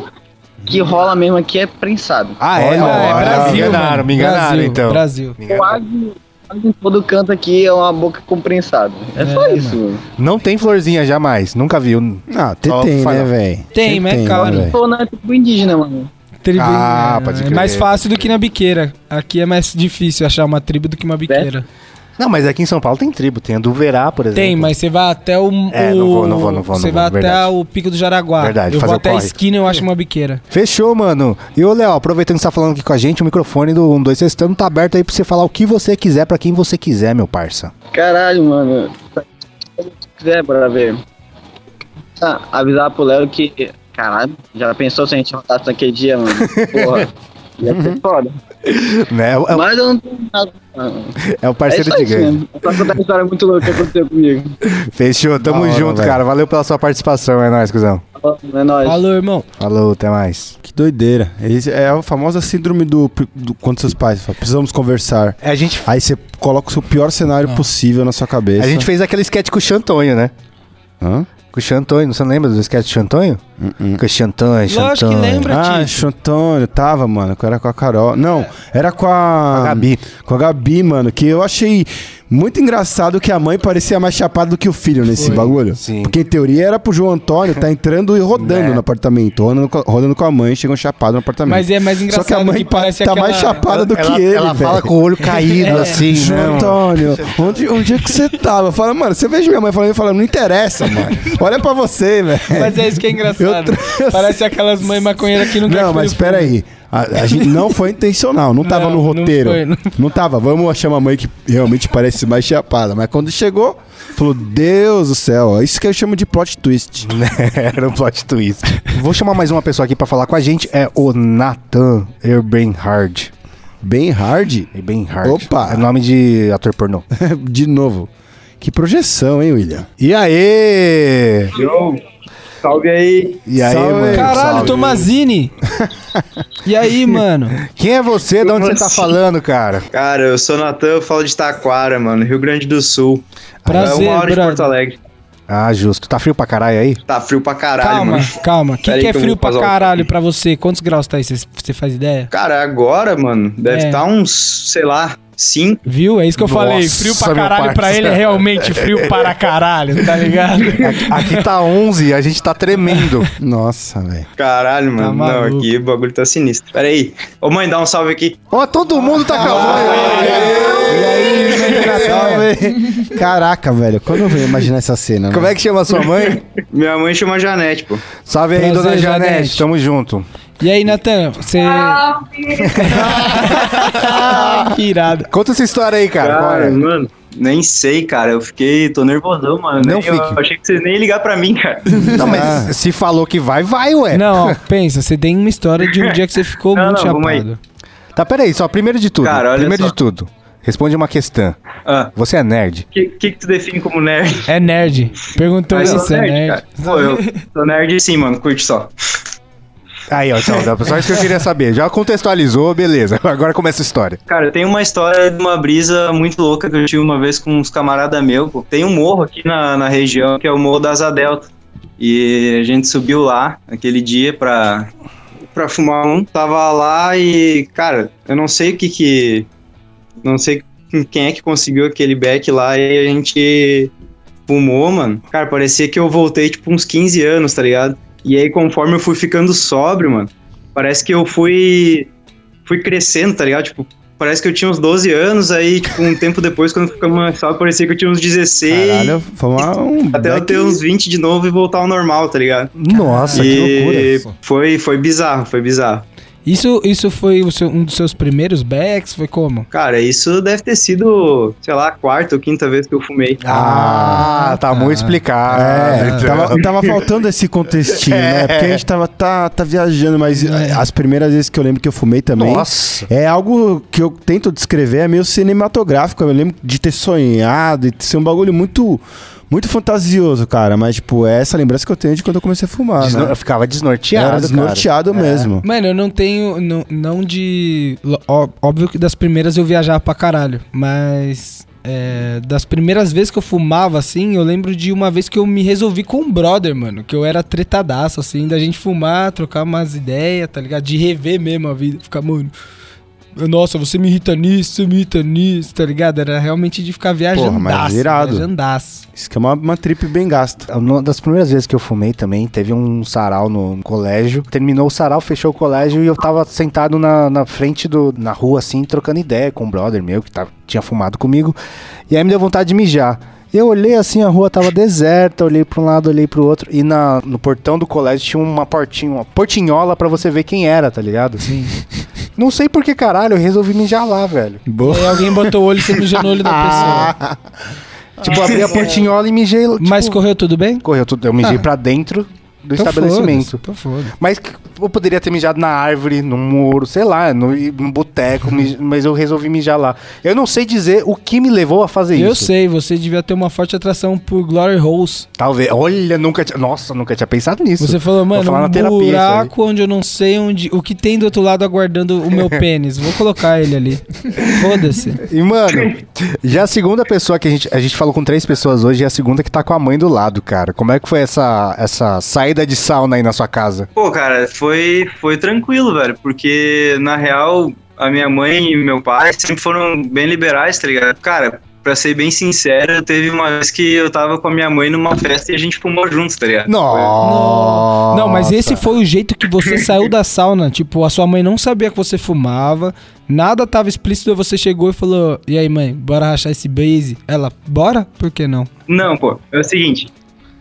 S6: Que rola mesmo aqui é prensado.
S1: Ah,
S2: Olha,
S1: Olha,
S2: é Brasil,
S1: me enganaram,
S3: mano.
S1: me enganaram,
S3: Brasil,
S1: então.
S3: Brasil.
S1: Me enganaram.
S6: Quase, quase em todo canto aqui é uma boca com prensado. É, só
S3: É,
S6: isso, mano.
S1: Não tem florzinha jamais, nunca viu.
S2: Ah, até
S1: Só
S2: tem,
S1: falar.
S2: né, velho?
S3: Tem, mas é caro.
S6: Pô, não é tipo indígena, mano.
S3: Tribo,
S1: né, Ah,
S3: é,
S1: pode
S3: é
S1: crer.
S3: mais fácil do que na biqueira. Aqui é mais difícil achar uma tribo do que
S6: Né?
S3: uma biqueira.
S1: Não, mas aqui em São Paulo tem tribo, tem a do Verá, por exemplo.
S3: Tem, mas você vai até o.
S1: É,
S3: o-
S1: não vou, não vou, não vou,
S3: Você
S1: não
S3: vai
S1: vou,
S3: até
S1: verdade.
S3: o pico do Jaraguá.
S1: Verdade,
S3: eu
S1: fazer
S3: vou
S1: o
S3: até a
S1: corre.
S3: esquina e eu acho uma biqueira.
S1: Fechou, mano. E ô, Léo, aproveitando que você tá falando aqui com a gente, o microfone do 126 Testando tá aberto aí pra você falar o que você quiser pra quem você quiser, meu parça.
S6: Caralho, mano. Se quiser, bora ver. Ah, avisar pro Léo que. Caralho, já pensou se a gente rodasse naquele dia, mano? Porra. Ia ser foda.
S1: Né? É,
S3: um
S1: o-
S6: Mas eu não tenho nada. mano.
S1: é o parceiro
S6: é isso
S1: de
S6: aí,
S1: ganho.
S6: mano. Só contar uma história muito louca que aconteceu comigo.
S1: Fechou, tamo
S2: Da hora,
S1: junto,
S2: velho.
S1: cara. Valeu pela sua participação, é nóis, cuzão.
S6: É nóis.
S3: Falou, irmão.
S1: Falou, até mais.
S2: Que doideira. Esse é a famosa síndrome do, do quando seus pais falam, precisamos conversar.
S1: A gente,
S2: Aí você coloca o seu pior cenário possível na sua cabeça.
S1: a gente fez aquele sketch com o Xantonho, né?
S2: Hã?
S1: Com o Xantonho, você não lembra do sketch do Xantonho?
S6: Uh-uh.
S1: Com o Xantonho, Xantonho.
S3: Lógico que lembra.
S2: Ah, Chantônio, tava, mano, que era com a Carol. Não, era com a.
S1: Com a Gabi.
S2: Com a Gabi, mano, que eu achei Muito engraçado que a mãe parecia mais chapada do que o filho nesse bagulho.
S1: Sim.
S2: Porque em teoria era pro João Antônio tá entrando e rodando
S1: É.
S2: no apartamento. Rodando, co- rodando com a mãe, chegam chapado no apartamento.
S3: Mas é mais engraçado
S2: Só que a mãe
S3: que
S2: pa-
S3: parece
S2: tá mais
S3: aquela-
S2: chapada do
S1: ela,
S2: que ele.
S1: ela fala
S2: velho. É.
S1: com o olho caído, assim,
S2: João
S1: né? mano?
S2: Antônio, onde, onde é que você tava? Fala, mano, você veja minha mãe falando, eu falo, não interessa, mano. Olha pra você, velho.
S3: Mas é isso que é engraçado.
S2: Eu trouxe-
S3: Parece aquelas mães maconheiras é que não quer
S2: Não, mas espera aí. A, a gente não foi intencional, não tava no
S3: Não, não
S2: roteiro. Não,
S3: foi, não
S2: tava. Vamos achar uma mãe que realmente parece mais chapada. Mas quando chegou, falou: Deus do céu, isso que eu chamo de plot twist.
S1: Era um plot twist. Vou chamar mais uma pessoa aqui pra falar com a gente. É o Nathan Erbenhard.
S2: Bem hard.
S1: Erbenhard.
S2: Opa!
S1: É nome de ator pornô.
S2: De novo. Que projeção, hein, William?
S1: E aí?
S7: Yo, salve aí.
S1: E aí,
S2: Salve.
S1: mano?
S3: Caralho,
S1: Salve.
S3: Tomazini! e aí, mano?
S1: Quem é você? De onde você tá falando, cara?
S7: Cara, eu sou Natan, eu falo de Taquara, mano, Rio Grande do Sul.
S3: Prazer,
S7: é uma hora de
S3: brother.
S7: Porto Alegre.
S1: Ah, justo. Tá frio pra caralho aí?
S7: Tá frio pra caralho,
S3: Calma,
S7: mano.
S3: calma. O que,
S7: Pera aí
S3: que é
S7: que eu
S3: frio
S7: vou
S3: pra
S7: fazer um-
S3: caralho pra você? Quantos graus tá aí? Você faz ideia?
S7: Cara, agora, mano, deve
S3: É.
S7: estar uns, sei lá, cinco.
S3: Viu? É isso que eu
S1: Nossa,
S3: falei. Frio pra
S1: meu
S3: caralho pra
S1: parceiro.
S3: ele é realmente frio para caralho, tá ligado?
S1: Aqui tá 11 e a gente tá tremendo.
S2: Nossa, velho.
S7: Caralho, mano.
S3: Tá maluco.
S7: Não, aqui o bagulho tá sinistro. Pera aí. Ô, mãe, dá um salve aqui.
S1: Ó, todo mundo tá calmo. é.
S2: E aí, Caraca, velho. Quando eu vou imaginar essa cena? né?
S1: Como é que chama sua mãe?
S7: Minha mãe chama Janete, pô.
S1: Salve aí,
S3: Prazer,
S1: dona Janete.
S3: Janete.
S1: Tamo junto.
S3: E aí, Natan, você. que irado.
S1: Conta essa história aí, cara. Qual é?
S7: mano. Nem sei, cara. Eu fiquei. tô nervosão, mano.
S1: Não
S7: Nem- eu
S1: fique.
S7: achei que vocês nem iam ligar pra mim, cara.
S1: Não, mas se falou que vai, vai, ué.
S3: Não, ó, pensa, você tem uma história de um dia que você ficou
S7: É. Não,
S3: muito
S7: não, vamos aí.
S3: chapado.
S1: Tá, peraí, só primeiro de tudo.
S7: Cara, olha
S1: primeiro
S7: só.
S1: de tudo. Responde uma questão.
S7: Ah,
S1: Você é nerd?
S7: o que, que, que tu define como nerd?
S3: É nerd. Perguntou
S7: Mas
S3: se
S7: eu
S3: você é nerd.
S7: cara. Pô, eu sou nerd sim, mano. Curte só.
S1: Aí, ó, então, dá- só isso que eu queria saber. Já contextualizou, beleza. Agora começa a história.
S7: Cara, tem uma história de uma brisa muito louca que eu tive uma vez com uns camaradas meus. pô. Tem um morro aqui na, na região que é o Morro da Asa Delta. E a gente subiu lá aquele dia pra, pra fumar um. Tava lá e, cara, eu não sei o que que. Não sei com quem é que conseguiu aquele back lá e a gente fumou, mano. Cara, parecia que eu voltei tipo uns 15 anos, tá ligado? E aí, conforme eu fui ficando sóbrio, mano, parece que eu fui. Fui crescendo, tá ligado? Tipo, Parece que eu tinha uns 12 anos, aí, tipo, um tempo depois, quando eu ficava mais sábio, parecia é que eu tinha uns 16.
S2: Caralho, foi uma- um.
S7: Até eu
S2: back-
S7: ter uns 20 de novo e voltar ao normal, tá ligado?
S1: Nossa,
S7: e foi, foi bizarro, foi bizarro.
S3: Isso, isso foi o seu- um dos seus primeiros backs? Foi como?
S7: Cara, isso deve ter sido, sei lá, a quarta ou quinta vez que eu fumei.
S1: Ah, tá muito explicado.
S2: É,
S1: então.
S2: tava, tava faltando esse contextinho, né?
S7: É.
S2: Porque a gente tava tá, tá viajando, mas
S3: Hum.
S2: eh, as primeiras vezes que eu lembro que eu fumei também.
S1: Nossa.
S2: É algo que eu tento descrever, é meio cinematográfico. Eu lembro de ter sonhado e de ser um bagulho muito, muito fantasioso, cara. Mas, tipo, é essa lembrança que eu tenho de quando eu comecei a fumar,
S1: Desno-
S2: né?
S1: Eu ficava desnorteado.
S2: Era
S1: cara.
S2: desnorteado É. mesmo.
S3: Mano, eu não tenho. Não, não de. ó- Óbvio que das primeiras eu viajava pra caralho. Mas. é, das primeiras vezes que eu fumava, assim, eu lembro de uma vez que eu me resolvi com um brother, mano. Que eu era tretadaço, assim, da gente fumar, trocar umas ideias, tá ligado? De rever mesmo a vida. Ficar, mano. Nossa, você me irrita nisso, você me irrita nisso, tá ligado? Era realmente de ficar viajandaço.
S2: mas irado.
S3: Viajandaço.
S2: Isso que é uma, uma trip bem gasta.
S1: É Uma das primeiras vezes que eu fumei também, teve um sarau no colégio. Terminou o sarau, fechou o colégio e eu tava sentado na, na frente do. na rua, assim, trocando ideia com um brother meu que tava, tinha fumado comigo. E aí me deu vontade de mijar. Eu olhei assim, a rua tava deserta, olhei pra um lado, olhei pro outro. E na, no portão do colégio tinha uma portinha, uma portinhola pra você ver quem era, tá ligado? Sim. Não sei por que caralho, eu resolvi mijar lá, velho.
S3: E aí alguém botou o olho e você mijou no olho da pessoa.
S1: Tipo, abri a portinhola e mijei. Tipo,
S3: Mas correu tudo bem? Então
S1: correu tudo. Eu mijei pra dentro do estabelecimento.
S3: Tô foda.
S1: Mas que- eu poderia ter mijado na árvore, num muro, sei lá, no, num boteco, mij- mas eu resolvi mijar lá. Eu não sei dizer o que me levou a fazer
S3: Eu
S1: isso.
S3: sei, você devia ter uma forte atração por Glory Holes.
S1: Talvez. Olha, nunca tinha. Nossa, nunca tinha pensado nisso.
S3: Você falou, mano,
S1: falar na
S3: um
S1: terapia isso aí."
S3: buraco onde eu não sei onde. O que tem do outro lado aguardando o meu pênis. Vou colocar ele ali. Foda-se.
S1: E, mano, já a segunda pessoa que a gente. A gente falou com três pessoas hoje e a segunda que tá com a mãe do lado, cara. Como é que foi essa, essa saída de sauna aí na sua casa?
S7: Pô, cara, foi, foi tranquilo, velho, porque na real a minha mãe e meu pai sempre foram bem liberais, tá ligado? Cara, pra ser bem sincero, teve uma vez que eu tava com a minha mãe numa festa e a gente fumou juntos, tá
S4: É.
S7: ligado?
S1: Nossa.
S3: Não, mas esse foi o jeito que você saiu da sauna. Tipo, a sua mãe não sabia que você fumava, nada tava explícito, aí você chegou e falou: E aí, mãe, bora rachar esse base? Ela, bora? Por que não?
S7: Não, pô, é o seguinte.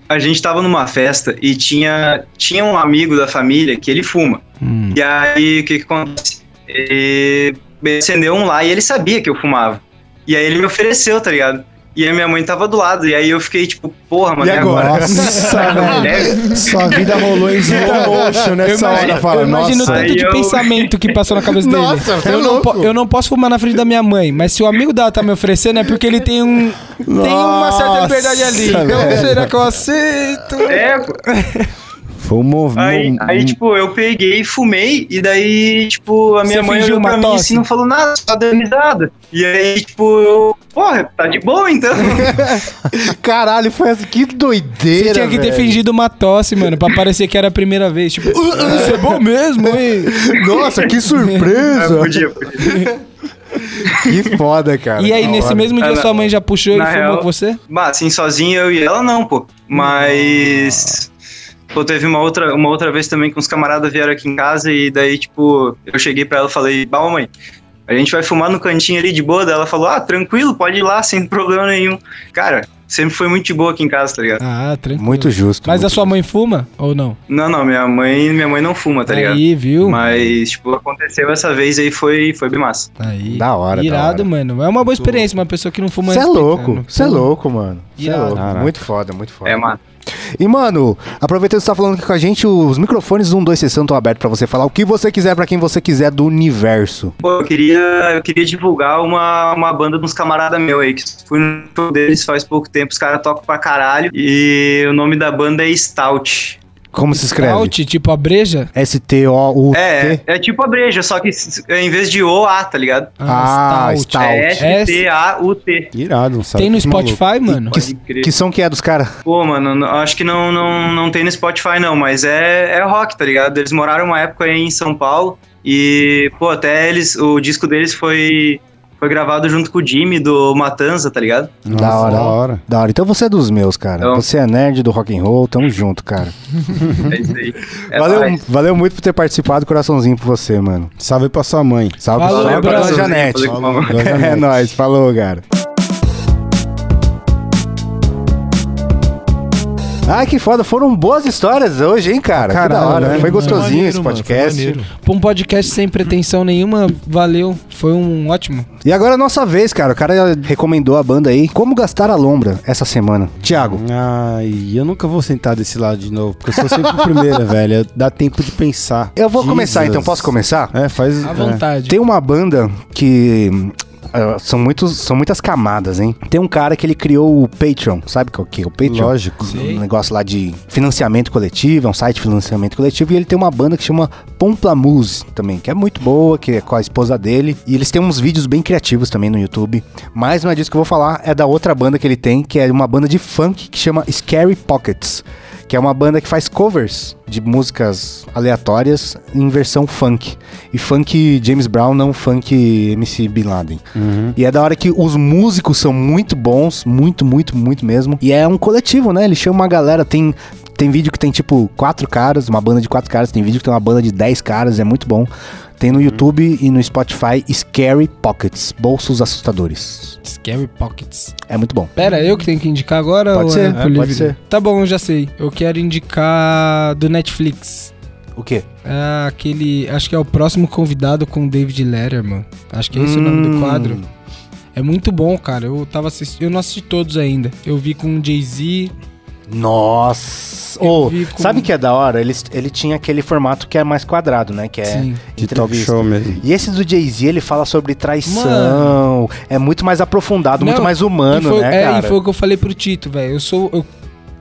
S7: A gente tava numa festa e tinha, tinha um amigo da família que ele fuma.
S3: Hum.
S7: E aí, o que que acontece? Ele ele acendeu um lá e ele sabia que eu fumava. E aí ele me ofereceu, tá ligado? E a minha mãe tava do lado. E aí eu fiquei tipo, porra, mano,
S1: E agora? Nossa,
S7: Pega.
S1: velho. Sua vida rolou em slow motion nessa hora. Fala,
S3: eu imagino o
S1: nossa.
S3: tanto de
S7: Aí eu-
S3: pensamento que passou na cabeça dele.
S1: Nossa, você é
S3: Então, eu, não
S1: louco.
S3: po- eu não posso fumar na frente da minha mãe, mas se o amigo dela tá me oferecendo é porque ele tem um. tem uma certa liberdade ali.
S1: Nossa,
S3: Então,
S1: velho.
S3: será que eu aceito?
S7: É, pô.
S1: Foi um movimento.
S7: Aí, aí, tipo, eu peguei, fumei, e daí, tipo, a minha
S3: Você
S7: mãe
S3: fingiu
S7: olhou
S3: uma
S7: pra mim
S3: tosse?
S7: assim, não falou nada, só deu risada. E aí, tipo, eu, porra, tá de boa então.
S1: Caralho, foi assim. Que doideira.
S3: Você tinha que ter
S1: velho.
S3: fingido uma tosse, mano, pra parecer que era a primeira vez. Tipo, "Uh, uh, isso é bom mesmo, hein?
S1: Nossa,
S3: É
S1: que
S7: Ah,
S1: surpresa.
S7: podia, podia.
S1: que foda, cara.
S3: E aí,
S1: Da
S3: nesse
S1: hora.
S3: mesmo dia,
S7: Ah,
S3: sua
S7: não.
S3: mãe já puxou
S7: Na
S3: e fumou
S7: real-
S3: com você?
S7: Bah, assim, sozinho eu e ela não, pô. Mas. Pô, teve uma outra, uma outra vez também que uns camaradas vieram aqui em casa e daí, tipo, eu cheguei pra ela e falei, bah, mãe, a gente vai fumar no cantinho ali de boa. Daí ela falou, ah, tranquilo, pode ir lá, sem problema nenhum. Cara, sempre foi muito de boa aqui em casa, tá ligado?
S3: Ah, tranquilo.
S1: Muito justo.
S3: Mas a
S1: muito
S3: sua mãe fuma ou não?
S7: Não, não, minha mãe, minha mãe não fuma, tá ligado?
S3: aí, viu?
S7: Mas, tipo, aconteceu essa vez aí, foi, foi bem massa.
S3: Aí.
S1: Da hora, da
S3: Irado,
S1: hora.
S3: mano. É uma boa experiência, uma pessoa que não fuma
S1: Você é
S3: respeita,
S1: louco,
S3: né?
S1: você é louco, mano. Você é
S3: Irado.
S1: louco.
S2: Caraca.
S1: Muito foda, muito foda.
S7: É, mano.
S1: E, mano, aproveitando que você tá falando aqui com a gente, os microfones 1, 2, 60 estão abertos pra você falar o que você quiser, pra quem você quiser do universo.
S7: Pô, eu queria, eu queria divulgar uma, uma banda de uns camaradas meu aí, que fui no show deles faz pouco tempo, os caras tocam pra caralho. E o nome da banda é Stout.
S1: Como se escreve?
S3: Stout, tipo a breja?
S1: S-T-O-U-T.
S7: É, é tipo a breja, só que s- é, em vez de O, A, tá ligado?
S1: Ah, Stout.
S7: É
S3: Stout. S-
S7: S-T-A-U-T.
S2: Irado, sabe?
S3: Tem no
S2: Que maluco.
S3: Spotify, mano?
S7: Pode crer.
S1: Que som que é dos caras?
S7: Pô, mano, n- acho que não, não, não tem no Spotify não, mas é, é rock, tá ligado? Eles moraram uma época aí em São Paulo e, pô, até eles, o disco deles foi, foi gravado junto com o Jimmy do Matanza, tá ligado?
S2: Nossa,
S1: Da hora.
S2: Da hora.
S1: Da hora. Então você é dos meus, cara.
S7: Então.
S1: Você é nerd do rock and roll, tamo junto, cara.
S7: É isso aí. É
S1: valeu,
S7: nóis.
S1: valeu muito por ter participado, coraçãozinho pra você, mano.
S2: Salve pra sua mãe.
S1: Salve,
S3: Falou,
S1: salve pra
S3: abraço.
S1: dona Janete.
S7: Falei com uma-
S2: Dona
S1: É
S2: Janete.
S1: nóis, falou, cara. Ai, Ah, que foda, foram boas histórias hoje, hein, cara? que da
S2: Caralho,
S1: hora.
S2: né?
S1: Foi gostosinho
S4: Maneiro,
S1: esse
S4: mano,
S1: podcast.
S4: foi maneiro.
S3: Pra um podcast sem pretensão nenhuma, valeu. Foi um ótimo.
S1: e agora é a nossa vez, cara. O cara recomendou a banda aí. Como gastar a lombra essa semana? Tiago,
S2: Ai, eu nunca vou sentar desse lado de novo, porque eu sou sempre o primeiro, velho. Dá tempo de pensar.
S1: eu vou começar
S2: Jesus.
S1: então. Posso começar?
S2: É, faz.
S3: À
S2: é.
S3: vontade.
S1: Tem uma banda que. hum, ah, São, muitos, são muitas camadas, hein? Tem um cara que ele criou o Patreon, sabe qual que é o Patreon?
S2: Lógico.
S1: Um negócio lá de financiamento coletivo, é um site de financiamento coletivo, e ele tem uma banda que chama Pomplamuse também, que é muito boa, que é com a esposa dele. E eles têm uns vídeos bem criativos também no YouTube. Mas não é disso que eu vou falar, é da outra banda que ele tem, que é uma banda de funk que chama Scary Pockets, que é uma banda que faz covers de músicas aleatórias em versão funk. E funk James Brown, não funk MC Bin Laden.
S2: Uhum.
S1: E é da hora que os músicos são muito bons, muito, muito, muito mesmo. E é um coletivo, né? Ele chama uma galera, tem. Tem vídeo que tem tipo quatro caras, uma banda de quatro caras, tem vídeo que tem uma banda de dez caras, é muito bom. Tem no YouTube e no Spotify Scary Pockets, Bolsos Assustadores.
S3: Scary Pockets.
S1: É muito bom.
S3: Pera, eu que tenho que indicar agora?
S1: Pode
S3: ou
S1: ser,
S3: é
S1: é,
S3: pro
S1: pode
S3: livre?
S1: ser.
S3: Tá bom, eu já sei. Eu quero indicar do Netflix.
S1: O quê?
S3: É aquele. Acho que é o próximo convidado com o David Letterman. Acho que é esse o nome do
S1: Hum.
S3: quadro. É muito bom, cara. Eu tava assistindo. Eu não assisti todos ainda. Eu vi com o Jay-Z.
S1: Nossa!
S3: Eu
S1: Ô,
S3: vi com-
S1: Sabe o que é da hora? Ele, ele tinha aquele formato que é mais quadrado, né? Que é
S3: Sim.
S2: De talk
S1: entrevista.
S2: show mesmo.
S1: E esse do Jay-Z, ele fala sobre traição.
S3: Mano.
S1: É muito mais aprofundado, muito
S3: Não,
S1: mais
S3: E
S1: humano,
S3: foi,
S1: né,
S3: é,
S1: cara?
S3: e foi o que eu falei pro Tito, velho. Eu sou. eu-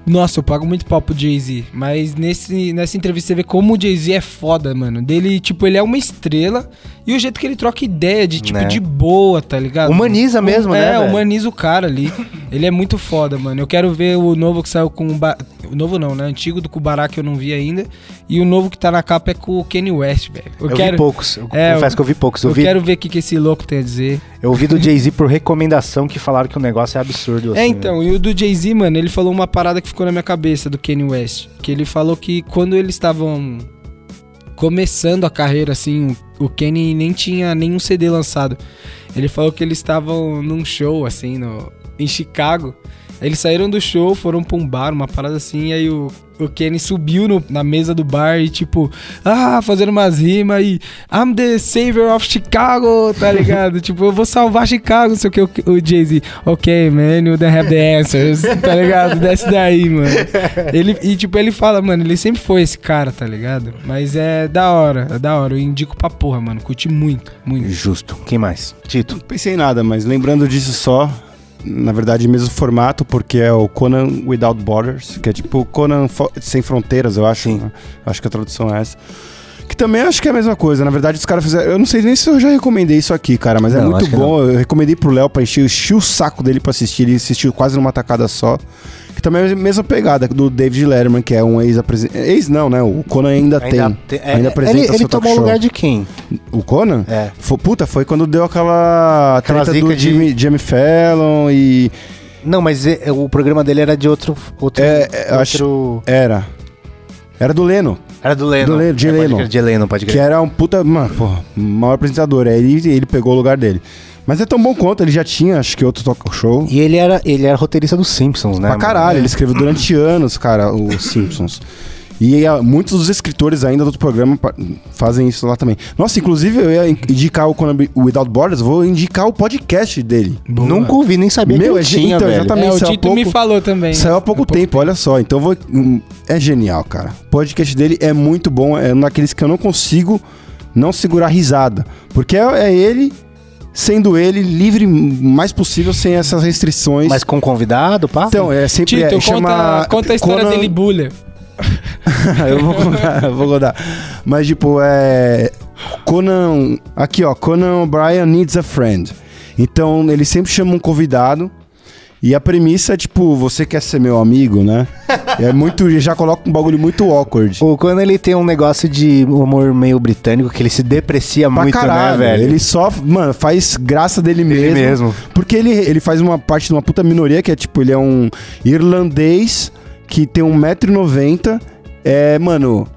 S3: nossa, eu pago muito pau pro Jay-Z. Mas nesse, nessa entrevista você vê como o Jay-Z é foda, mano. Dele, tipo, ele é uma estrela E o jeito que ele troca ideia, de tipo,
S1: Né.
S3: de boa, tá ligado?
S1: Humaniza mesmo,
S3: é,
S1: né,
S3: É,
S1: velho?
S3: humaniza o cara ali. Ele é muito foda, mano. Eu quero ver o novo que saiu com o. Ba... O novo não, né? Antigo do Kubará que eu não vi ainda. E o novo que tá na capa é com o Kanye West, velho. Eu,
S1: Eu vi
S3: quero.
S1: poucos. Eu
S3: É,
S1: confesso que eu vi poucos. Eu,
S3: eu
S1: vi,
S3: quero ver o que, que esse louco tem a dizer.
S1: eu vi do Jay-Z por recomendação que falaram que o negócio é absurdo.
S3: É,
S1: assim,
S3: então, e o do Jay-Z, mano, ele falou uma parada que ficou na minha cabeça do Kanye West. Que ele falou que quando eles estavam começando a carreira, assim, o o Kanye nem tinha nenhum CD lançado. Ele falou que eles estavam num show, assim, no, em Chicago. Eles saíram do show, foram pra um bar, uma parada assim, e aí o, o Kenny subiu no- na mesa do bar e tipo, ah, fazendo umas rimas e I'm the savior of Chicago, tá ligado? tipo, eu vou salvar Chicago, não sei o que, o, o Jay-Z, ok, man, you don't have the answers, tá ligado? Desce daí, mano. Ele, e tipo, ele fala, mano, ele sempre foi esse cara, tá ligado? Mas é da hora, é da hora, eu indico pra porra, mano, curti muito, muito.
S1: né? Justo. Quem mais? Tito.
S2: Não pensei em nada, mas lembrando disso só, na verdade, mesmo formato, porque é o Conan Without Borders, que é tipo Conan fo- Sem Fronteiras, eu acho.
S1: Sim.
S2: né? Acho que a tradução é essa. Que também acho que é a mesma coisa. Na verdade, os caras fizeram. Eu não sei nem se eu já recomendei isso aqui, cara, mas é
S1: Não,
S2: muito
S1: acho que
S2: bom. Eu recomendei pro Léo pra encher, eu enchi o saco dele pra assistir. Ele assistiu quase numa tacada só. Que também é a mesma pegada do David Letterman, que é um ex-apresentador. Ex não, né? O Conan ainda, tem.
S1: é,
S2: ainda apresenta
S1: ele,
S2: seu
S1: ele
S2: talk
S1: tomou o
S2: show.
S1: lugar de quem?
S2: O Conan?
S1: É.
S2: Fo- puta, foi quando deu aquela,
S1: Aquela
S2: treta
S1: zica
S2: do
S1: de-
S2: Jimmy, Jimmy Fallon e.
S1: Não, mas é- o programa dele era de outro. outro,
S2: É, é, eu
S1: outro-
S2: Era. Era do Leno,
S1: Era do Leno.
S2: Do Leno, de
S1: É, pode
S2: Leno.
S1: crer, De Leno, pode
S2: que
S1: crer.
S2: era um puta. Mano, porra, maior apresentador. Aí ele, ele pegou o lugar dele. Mas é tão bom quanto, ele já tinha, acho que outro talk show.
S1: é- E ele era, ele era roteirista dos Simpsons, né?
S2: pra
S1: mano?
S2: caralho, ele escreveu durante anos, cara, o Simpsons. E ah, muitos dos escritores ainda do outro programa pa- fazem isso lá também. Nossa, inclusive eu ia in- indicar o Conan Without Borders, vou indicar o podcast dele.
S1: Nunca ouvi, nem sabia
S2: Meu,
S1: que
S2: é
S1: ele
S2: gente-
S1: tinha,
S2: então,
S1: velho.
S2: exatamente.
S3: É,
S2: também
S3: o
S2: saiu há
S3: Tito me
S2: pouco-
S3: falou também.
S2: Saiu há pouco tempo, olha só. Então vou. hum, É genial, cara. O podcast dele é muito bom. É um daqueles que eu não consigo não segurar risada. Porque é, é ele sendo ele livre o mais possível sem essas restrições.
S1: Mas assim? com convidado, pá?
S2: então, é sempre
S3: Tito,
S2: é,
S3: conta,
S2: chama
S3: conta a história
S2: Conan-
S3: dele, Buller.
S2: eu vou contar, eu vou contar. Mas, tipo, é. Conan. Aqui, ó. Conan O'Brien needs a friend. Então, ele sempre chama um convidado. E a premissa é, tipo, você quer ser meu amigo, né? É muito. Já coloca um bagulho muito awkward.
S1: Ou quando ele tem um negócio de humor meio britânico, que ele se deprecia
S2: Pra
S1: muito,
S2: caralho,
S1: né, velho?
S2: Ele só, mano, faz graça dele
S1: Ele
S2: mesmo.
S1: mesmo.
S2: Porque ele, ele faz uma parte de uma puta minoria que é tipo, ele é um irlandês que tem 1,90m. É, mano.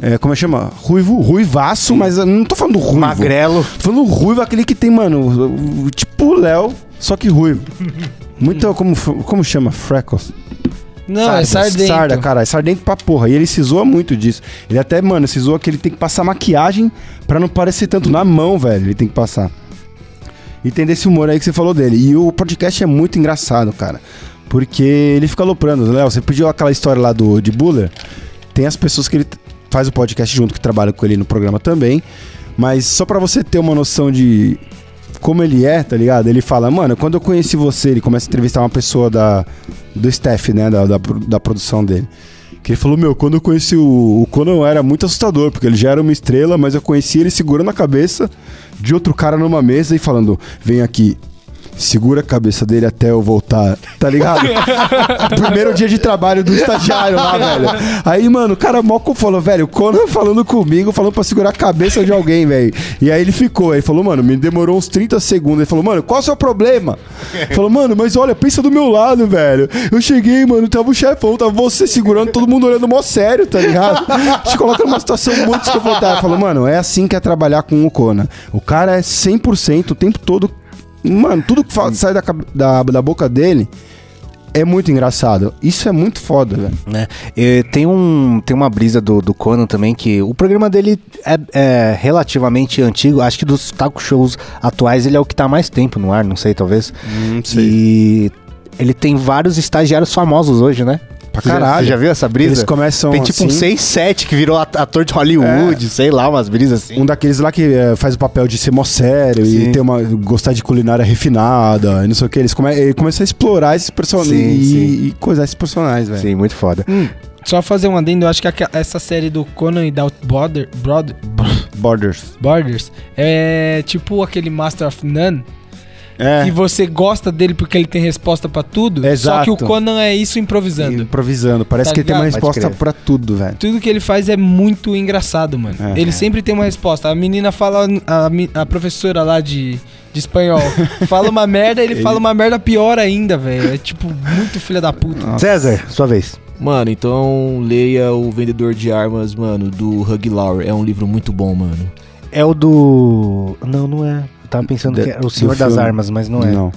S2: É, como é que chama? Ruivo, ruivaço, mas eu não tô falando ruivo.
S1: Magrelo.
S2: Tô Falando ruivo, aquele que tem, mano, o- o- tipo o Léo, só que ruivo. Muito, como, f- como chama? Freckles.
S3: Não, é sardento.
S2: Sarda, cara. É sardento pra porra. E ele se zoa muito disso. Ele até, mano, se zoa que ele tem que passar maquiagem pra não parecer tanto na mão, velho. Ele tem que passar. E tem desse humor aí que você falou dele. E o podcast é muito engraçado, cara. Porque ele fica aloprando. Léo, você pediu aquela história lá do de Buller. Tem as pessoas que ele t- faz o podcast junto, que trabalham com ele no programa também. Mas só pra você ter uma noção de como ele é, tá ligado? Ele fala, mano, quando eu conheci você, ele começa a entrevistar uma pessoa da, do staff, né? Da, da, pro- da produção dele. Que ele falou, meu, quando eu conheci o, o Conan era muito assustador, porque ele já era uma estrela, mas eu conheci ele segurando a cabeça de outro cara numa mesa e falando, vem aqui. Segura a cabeça dele até eu voltar, tá ligado? Primeiro dia de trabalho do estagiário lá, velho. Aí, mano, o cara mó com- falou, velho, o Conan falando comigo, falando pra segurar a cabeça de alguém, velho. E aí ele ficou, aí falou, mano, me demorou uns 30 segundos. Ele falou, mano, qual é o seu problema? Falou, mano, mas olha, pensa do meu lado, velho. Eu cheguei, mano, tava o chefão, tava você segurando, todo mundo olhando mó sério, tá ligado? Te coloca numa situação muito desconfortável. Falou, mano, é assim que é trabalhar com o Conan. O cara é 100% o tempo todo. Mano, tudo que fala- sai da, cabe- da, da boca dele é muito engraçado. Isso é muito foda, velho.
S1: né? E tem, um, tem uma brisa do, do Conan também, que o programa dele é, é relativamente antigo. Acho que dos taco shows atuais, ele é o que tá há mais tempo no ar, não sei, talvez. E ele tem vários estagiários famosos hoje, né?
S2: Pra
S1: Você já-
S2: caralho.
S1: Você já viu essa brisa?
S2: Eles começam
S1: Tem tipo um
S2: assim. É.
S1: 6, 7 que virou at- ator de Hollywood, sei lá, umas brisas assim.
S2: Um daqueles lá que é, faz o papel de ser mó sério
S1: Sim.
S2: e ter uma, gostar de culinária refinada e não sei o que. Eles come, ele começa a explorar esses personagens
S1: Sim, sim.
S2: e, e coisar esses personagens, velho.
S1: Sim, muito foda.
S3: Só fazer um adendo, eu acho que aqua- essa série do Conan e Doubt Brother, Brother,
S2: Borders.
S3: Borders, é tipo aquele Master of None,
S2: É.
S3: que você gosta dele porque ele tem resposta pra tudo, só
S2: Exato.
S3: que o Conan é isso improvisando.
S2: Improvisando. Parece
S3: Tá
S2: que ele tem uma
S3: ligado?
S1: Pode
S2: resposta
S1: crer.
S2: pra tudo, velho.
S3: Tudo que ele faz é muito engraçado, mano.
S2: É.
S3: Ele sempre tem uma resposta. A menina fala, a, me- a professora lá de, de espanhol fala uma merda, ele, fala uma merda pior ainda, velho. É tipo muito filha da puta.
S1: César, sua vez.
S4: Mano, então leia O Vendedor de Armas, mano, do Hug Lauer. É um livro muito bom, mano.
S1: É o do. Não, não é. Eu tava pensando
S2: Da-
S1: que era o
S2: do
S1: Senhor das
S2: filme.
S1: Armas, mas não é.
S2: Não.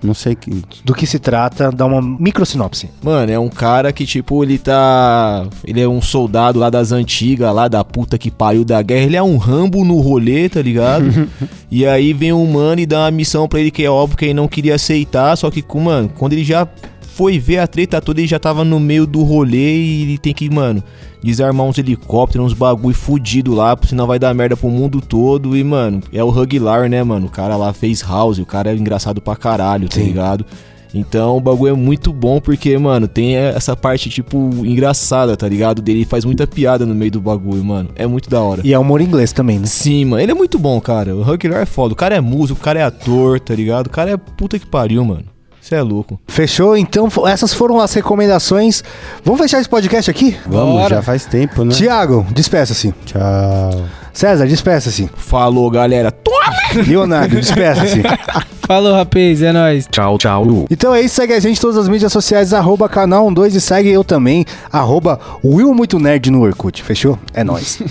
S2: Não sei que.
S1: Do que se trata, dá uma microsinopse.
S4: Mano, é um cara que, tipo, ele tá. Ele é um soldado lá das antigas, lá da puta que pariu da guerra. Ele é um rambo no rolê, tá ligado? e aí vem um mano e dá uma missão pra ele que é óbvio que ele não queria aceitar. Só que, com- mano, quando ele já foi ver a treta toda, ele já tava no meio do rolê e ele tem que, mano, desarmar uns helicópteros, uns bagulho fudido lá, senão vai dar merda pro mundo todo. E, mano, é o Hug Lar, né, mano? O cara lá fez house, o cara é engraçado pra caralho, tá ligado? Então o bagulho é muito bom porque, mano, tem essa parte, tipo, engraçada, tá ligado? Dele faz muita piada no meio do bagulho, mano. É muito da hora.
S1: E é humor inglês também, né?
S4: Sim, mano. Ele é muito bom, cara. O Hugh Laurie é foda. O cara é músico, o cara é ator, tá ligado? O cara é puta que pariu, mano. Você é louco.
S1: Fechou? Então, fo- essas foram as recomendações. Vamos fechar esse podcast aqui?
S2: Vamos,
S3: Bora.
S2: já faz tempo, né?
S1: Tiago, despeça-se.
S2: Tchau.
S1: César, despeça-se.
S4: Tipo, Falou, galera.
S1: Leonardo, despeça-se.
S3: Falou, rapaz, é nóis.
S8: Tchau, tchau.
S1: Então é isso, segue a gente em todas as mídias sociais, arroba um canal 12 e segue eu também, arroba Will Muito Nerd no Orkut, fechou? É nóis.